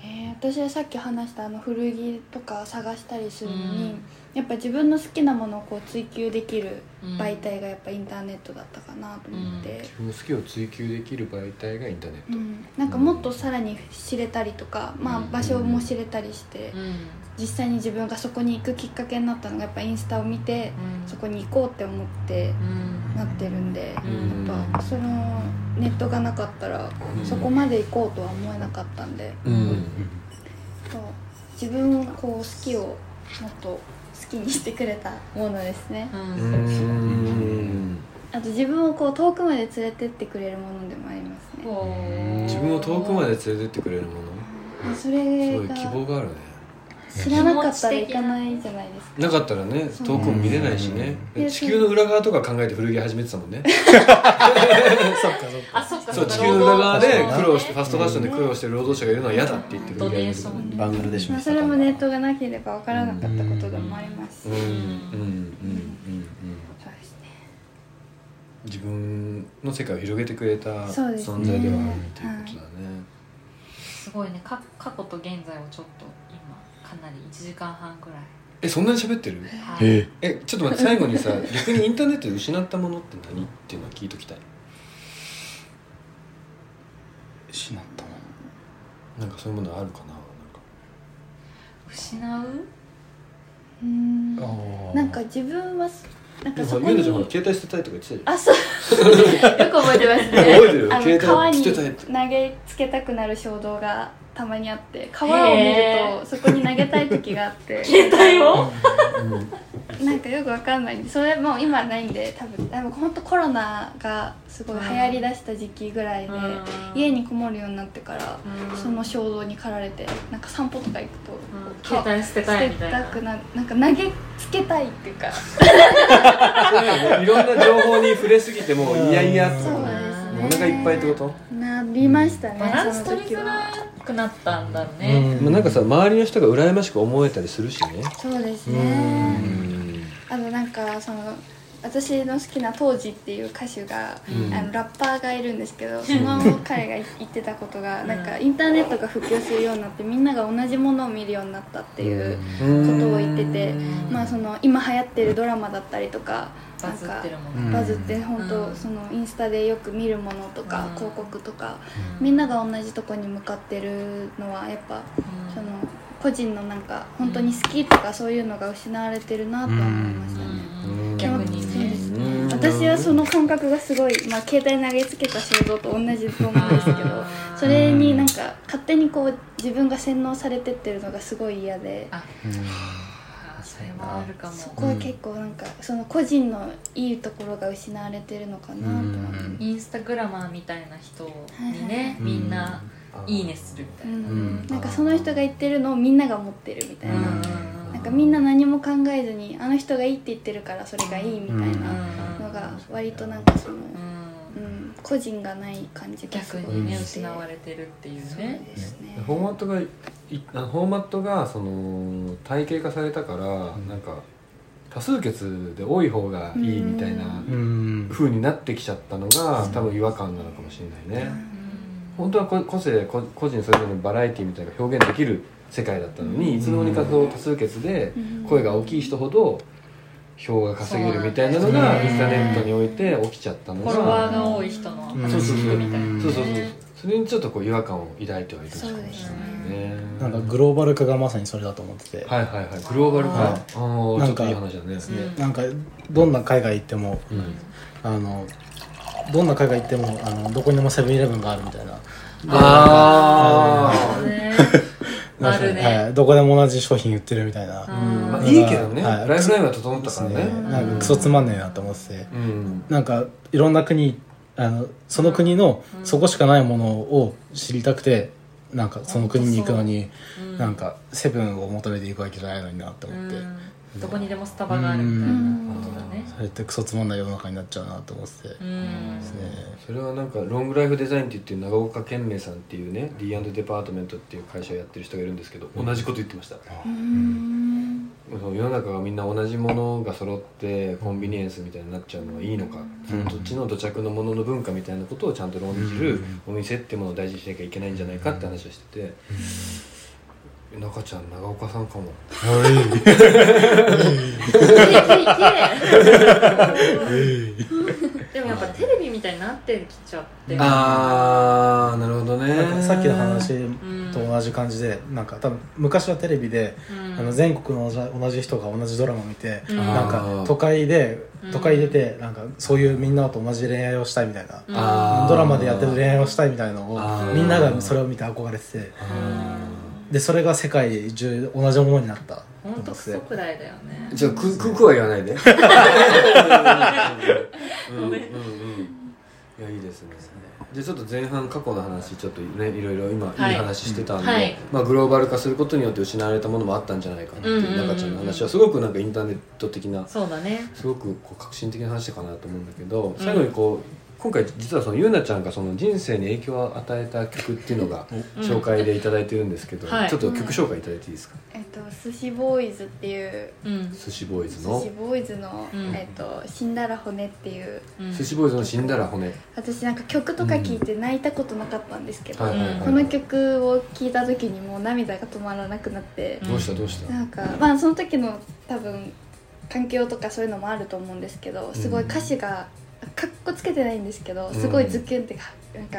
Speaker 4: えー私はさっき話したあの古着とか探したりするのに、
Speaker 2: うん
Speaker 4: やっぱ自分の好きなものをこう追求できる
Speaker 2: うん
Speaker 4: 媒体がやっぱインターネットだったかなと思って、
Speaker 1: 自分の好きを追求できる媒体がインターネッ
Speaker 4: う
Speaker 1: ト
Speaker 4: んなんかもっとさらに知れたりとか、まあ
Speaker 2: うん、
Speaker 4: 場所も知れたりして、
Speaker 2: うん
Speaker 4: 実際に自分がそこに行くきっかけになったのがやっぱインスタを見て、
Speaker 2: うん
Speaker 4: そこに行こうって思って
Speaker 2: うん
Speaker 4: なってるんで、
Speaker 2: うん
Speaker 4: やっぱそのネットがなかったら
Speaker 1: ん
Speaker 4: そこまで行こうとは思えなかったんで。
Speaker 1: うん
Speaker 4: そう自分をこう好きをもっと好きにしてくれたものですね
Speaker 2: うん
Speaker 1: うん
Speaker 4: あと自分をこう遠くまで連れてってくれるものでもありますね
Speaker 2: こう
Speaker 1: 自分を遠くまで連れてってくれるもの
Speaker 4: そ
Speaker 1: す
Speaker 4: れ
Speaker 1: ごい
Speaker 4: が
Speaker 1: 希望があるね
Speaker 4: 知らなかったら行かないじゃないですか
Speaker 1: なかったらね
Speaker 4: そう
Speaker 1: 遠くも見れないしね
Speaker 4: うん
Speaker 1: 地球の裏側とか考えて古着始めてたもんね
Speaker 3: そっかそっ
Speaker 2: あそっか
Speaker 1: そう
Speaker 2: っ
Speaker 1: 地
Speaker 2: か
Speaker 1: 球の裏側で
Speaker 3: 労働
Speaker 1: 苦労してファ
Speaker 2: そ
Speaker 1: ストファッションで苦労してる労働者がいるのは嫌だって言って
Speaker 2: ド
Speaker 1: 古着
Speaker 2: ネー
Speaker 1: 始
Speaker 2: ショ
Speaker 1: めて
Speaker 2: ン
Speaker 3: バングラデシュ
Speaker 4: まあ、
Speaker 3: に
Speaker 4: それもネットがなければ分からなかったことでもありますし、
Speaker 1: うんうん
Speaker 4: そう
Speaker 1: うんうんうん
Speaker 4: ですね
Speaker 1: 自分の世界を広げてくれた
Speaker 4: そうですね
Speaker 1: 存在ではあるっていうことだね
Speaker 2: すごいねか過去と現在をちょっと今かなり1時間半くらい
Speaker 1: えそんなに喋ってる
Speaker 2: はい
Speaker 3: え
Speaker 1: えちょっと待って最後にさ逆にインターネットで失ったものって何っていうのは聞いときたい
Speaker 3: 失ったもん
Speaker 1: なんかそういうものあるかななんか
Speaker 2: 失う
Speaker 4: うん
Speaker 3: あー
Speaker 4: なんか自分はすなん
Speaker 1: で
Speaker 4: か
Speaker 1: も
Speaker 4: そ
Speaker 1: さ
Speaker 4: こ
Speaker 1: ゆうなちゃんほら
Speaker 4: に
Speaker 1: 携帯捨てたいとか言ってたじゃん [LAUGHS]
Speaker 4: あそうよく覚えてますね
Speaker 1: 覚えてる
Speaker 4: あの
Speaker 1: 携帯
Speaker 4: 川に
Speaker 1: 捨
Speaker 4: 投
Speaker 1: てたいって
Speaker 4: げつけたくなる衝動がたまにあって川を見る
Speaker 2: へ
Speaker 4: とそこに投げたい時があっ
Speaker 2: [LAUGHS]
Speaker 4: て
Speaker 2: 携帯を
Speaker 4: なんかよくわかんないんでそれもう今はないんで多分多分本当コロナがすごい流行りだした時期ぐらいで、
Speaker 2: うん
Speaker 4: 家にこもるようになってから、
Speaker 2: うん
Speaker 4: その衝動に駆られてなんか散歩とか行くと、
Speaker 2: うん携帯捨てたいみたいな
Speaker 4: 捨てたくななんか投げつけたいっていうか
Speaker 1: いろんな情報に触れすぎてもういやいやって
Speaker 4: そ
Speaker 1: こ
Speaker 4: う
Speaker 1: と
Speaker 4: で
Speaker 1: も
Speaker 4: すね
Speaker 1: うお腹いっぱいってこと、
Speaker 4: なりましたね
Speaker 2: バランス
Speaker 4: その
Speaker 2: 取り
Speaker 4: 時
Speaker 2: づら
Speaker 4: は
Speaker 2: くなったんだろうね、
Speaker 1: まあ、なんかさ周りの人が羨ましく思えたりするしね
Speaker 4: そうです
Speaker 1: う
Speaker 4: ね
Speaker 1: ん
Speaker 4: あのなんかその私の好きな当時っていう歌手が、
Speaker 1: うん
Speaker 4: あのラッパーがいるんです
Speaker 2: [LAUGHS]
Speaker 4: けどその彼が言ってたことが、なんかインターネットが普及するようになってみんなが同じものを見るようになったっていうことを言ってて、
Speaker 2: うん
Speaker 4: まあその今流行ってるドラマだったりとか
Speaker 2: バズってるもんね
Speaker 3: うん
Speaker 4: バズって本当、
Speaker 2: うん
Speaker 4: そのインスタでよく見るものとか、
Speaker 2: うん
Speaker 4: 広告とか、
Speaker 2: うん
Speaker 4: みんなが同じとこに向かってるのはやっぱ、その個人のなんか本当に好きとかそういうのが失われてるなとは思いましたね、
Speaker 2: うんうん逆に
Speaker 4: そうです
Speaker 2: ね
Speaker 4: ね私はその感覚がすごい、まあ、携帯投げつけた衝動と同じと思うんですけど
Speaker 2: あー
Speaker 4: それになんか勝手にこう自分が洗脳されてってるのがすごい嫌で
Speaker 2: ああーそれもあるかも
Speaker 4: そこは結構なんかその個人のいいところが失われてるのかなとは思います
Speaker 2: インスタグラマーみたいな人に
Speaker 4: はいは
Speaker 2: ね
Speaker 4: い
Speaker 2: みんな「いいね」するみた
Speaker 4: う
Speaker 2: いな、
Speaker 4: んなんかその人が言ってるのをみんなが持ってるみたいな、
Speaker 2: うん
Speaker 4: なんかみんな何も考えずにあの人がいいって言ってるからそれがいいみたいなのが割となんかその、
Speaker 2: う
Speaker 4: うんん、個人がない感じがす
Speaker 2: 逆
Speaker 4: ごい
Speaker 2: にね
Speaker 4: して
Speaker 2: 失われてるっていう
Speaker 4: そう
Speaker 2: ね
Speaker 4: ですね
Speaker 1: フォーマットがいあフォーマットがその体系化されたから、なんか多数決で多い方がいいみたいな
Speaker 4: う
Speaker 3: うん
Speaker 1: 風になってきちゃったのが多分違和感なのかもしれないね、
Speaker 2: うん
Speaker 1: 本当はこ個性こ個人それぞれのバラエティみたいなのが表現できる世界だったのに、いつの間にかそう多数決で
Speaker 4: うん
Speaker 1: 声が大きい人ほど票が稼げるみたいなの
Speaker 2: そうなん
Speaker 1: が
Speaker 2: です
Speaker 1: インス
Speaker 2: ね
Speaker 1: タネットにおいて起きちゃったの
Speaker 2: フ
Speaker 1: が
Speaker 2: ォロワーが多い人の話聞くみたいなね
Speaker 1: そうそうそうそうそれにちょっとこう違和感を抱いてはいるのかもしれないね
Speaker 3: なんかグローバル化がまさにそれだと思ってて、
Speaker 1: はいはいはいグローバル化
Speaker 3: は
Speaker 1: あ
Speaker 3: い
Speaker 1: あちょ
Speaker 3: な
Speaker 1: っ
Speaker 3: ん
Speaker 1: と
Speaker 3: か
Speaker 1: いい話だね
Speaker 2: うん
Speaker 3: なんかどんな海外行っても
Speaker 1: うん
Speaker 3: あのどんな海外行ってもあのどこにでもセブンイレブンがあるみたいな
Speaker 1: あ
Speaker 2: そうね
Speaker 3: なん
Speaker 2: あ
Speaker 3: か
Speaker 2: るね
Speaker 3: はい、どこでも同じ商品売ってるみたいな、
Speaker 1: あ
Speaker 2: あ
Speaker 1: うんまあ
Speaker 2: うん
Speaker 1: いいけどね
Speaker 3: はい
Speaker 1: ライフラインは整った
Speaker 3: です
Speaker 1: から
Speaker 3: ね
Speaker 1: ね
Speaker 3: なんかクソつまんねえなって思ってて、
Speaker 1: うん
Speaker 3: なんかいろんな国あのその国の
Speaker 2: うん
Speaker 3: そこしかないものを知りたくてなんかその国に行くのに、
Speaker 2: うん
Speaker 3: なんかセブンを求めていくわけじゃないのになって
Speaker 2: う
Speaker 3: 思って、
Speaker 2: んどこにでもスタバがあるみたい
Speaker 4: うん
Speaker 2: なことだね
Speaker 3: それってクソつまんない世の中になっちゃうなと思ってて、
Speaker 2: う
Speaker 3: で
Speaker 2: ん
Speaker 3: すね
Speaker 1: それはなんかロングライフデザインって言ってる長岡健明さんっていうね D& デパートメントっていう会社をやってる人がいるんですけど同じこと言ってました
Speaker 4: うん
Speaker 1: その世の中がみんな同じものが揃ってコンビニエンスみたいになっちゃうのはいいのか、その土地の土着のものの文化みたいなことをちゃんと論じるお店ってものを大事にしなきゃいけないんじゃないかって話をしてて、中ちゃん長岡さんかも
Speaker 2: でもやっぱテレビみたいになってきちゃって
Speaker 1: [LAUGHS] ああなるほどね
Speaker 3: なんかさっきの話
Speaker 2: ん
Speaker 3: と同じ感じで、なんか多分昔はテレビで、
Speaker 2: うん
Speaker 3: あの全国の同じ同じ人が同じドラマ見て、
Speaker 2: うん
Speaker 3: なん
Speaker 1: あー
Speaker 3: か都会で
Speaker 2: うん
Speaker 3: 都会出てなんかそういうみんなと同じ恋愛をしたいみたいな、
Speaker 2: うん
Speaker 1: あー
Speaker 3: ドラマでやってる恋愛をしたいみたいなの
Speaker 1: あー
Speaker 3: をみんながそれを見て憧れてて
Speaker 2: うん
Speaker 3: でそれが世界中同じものになった
Speaker 2: ほんとクソくらいだよね
Speaker 1: じゃあくくくは言わ
Speaker 2: [LAUGHS]
Speaker 1: ないでうんうんうんいやいいですねでちょっと前半過去の話ちょっとねいろいろ今
Speaker 2: はい
Speaker 1: いい話してたんで、
Speaker 2: はい
Speaker 1: まあ、グローバル化することによって失われたものもあったんじゃないかなってい
Speaker 2: うんうんうんう
Speaker 1: うん中ちゃんの話はすごくなんかインターネット的な
Speaker 2: そうだね
Speaker 1: すごくこう革新的な話かなと思うんだけど最後にこう今回実はそのゆうなちゃんがその人生に影響を与えた曲っていうのが紹介でいただいてるんですけど、
Speaker 2: はい
Speaker 1: ちょっと曲紹介いただいていいですか、
Speaker 4: えっと寿司ボーイズっていう
Speaker 2: うん
Speaker 1: 寿司ボーイズ
Speaker 4: 寿
Speaker 1: の
Speaker 4: 司ボーイズの、
Speaker 2: うん
Speaker 4: えっと「死んだら骨」っていう
Speaker 2: うん
Speaker 1: 寿司ボーイズの「死んだら骨」
Speaker 4: 私なんか曲とか聴いて泣いたことなかったんですけど、
Speaker 1: はいはいはい
Speaker 4: この曲を聴いた時にもう涙が止まらなくなって、
Speaker 1: どうしたどうした、
Speaker 4: なんかまあその時の多分環境とかそういうのもあると思うんですけどすごい歌詞がかっこつけてないんですけどすごいズキュンってかなんか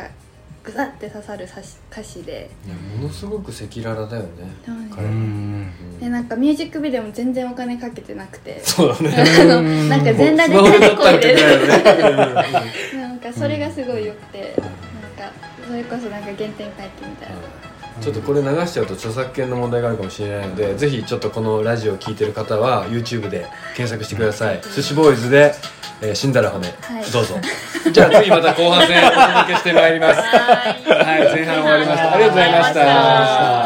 Speaker 4: グザって刺さる歌詞歌詞で
Speaker 1: いやものすごく赤裸々だよね、
Speaker 4: そうです
Speaker 1: 彼はうん
Speaker 4: でなんかミュージックビデオも全然お金かけてなくて
Speaker 1: そうだね
Speaker 4: あのなんか全裸で
Speaker 1: スマホ
Speaker 4: 太
Speaker 1: だっ
Speaker 4: 鼓
Speaker 1: た
Speaker 4: 入
Speaker 1: わけだ
Speaker 4: れる
Speaker 1: よね
Speaker 4: なんかそれがすごい良くて、なんかそれこそなんか原点回帰みたいな、
Speaker 1: ちょっとこれ流しちゃうと著作権の問題があるかもしれないのでぜひちょっとこのラジオを聞いてる方は YouTube で検索してください「寿司ボーイズで」えー死んだら骨」
Speaker 4: はい
Speaker 1: [LAUGHS] どうぞじゃあ次また後半戦お届けしてまいります
Speaker 2: はい
Speaker 1: はい前半終わりましたありがとうございました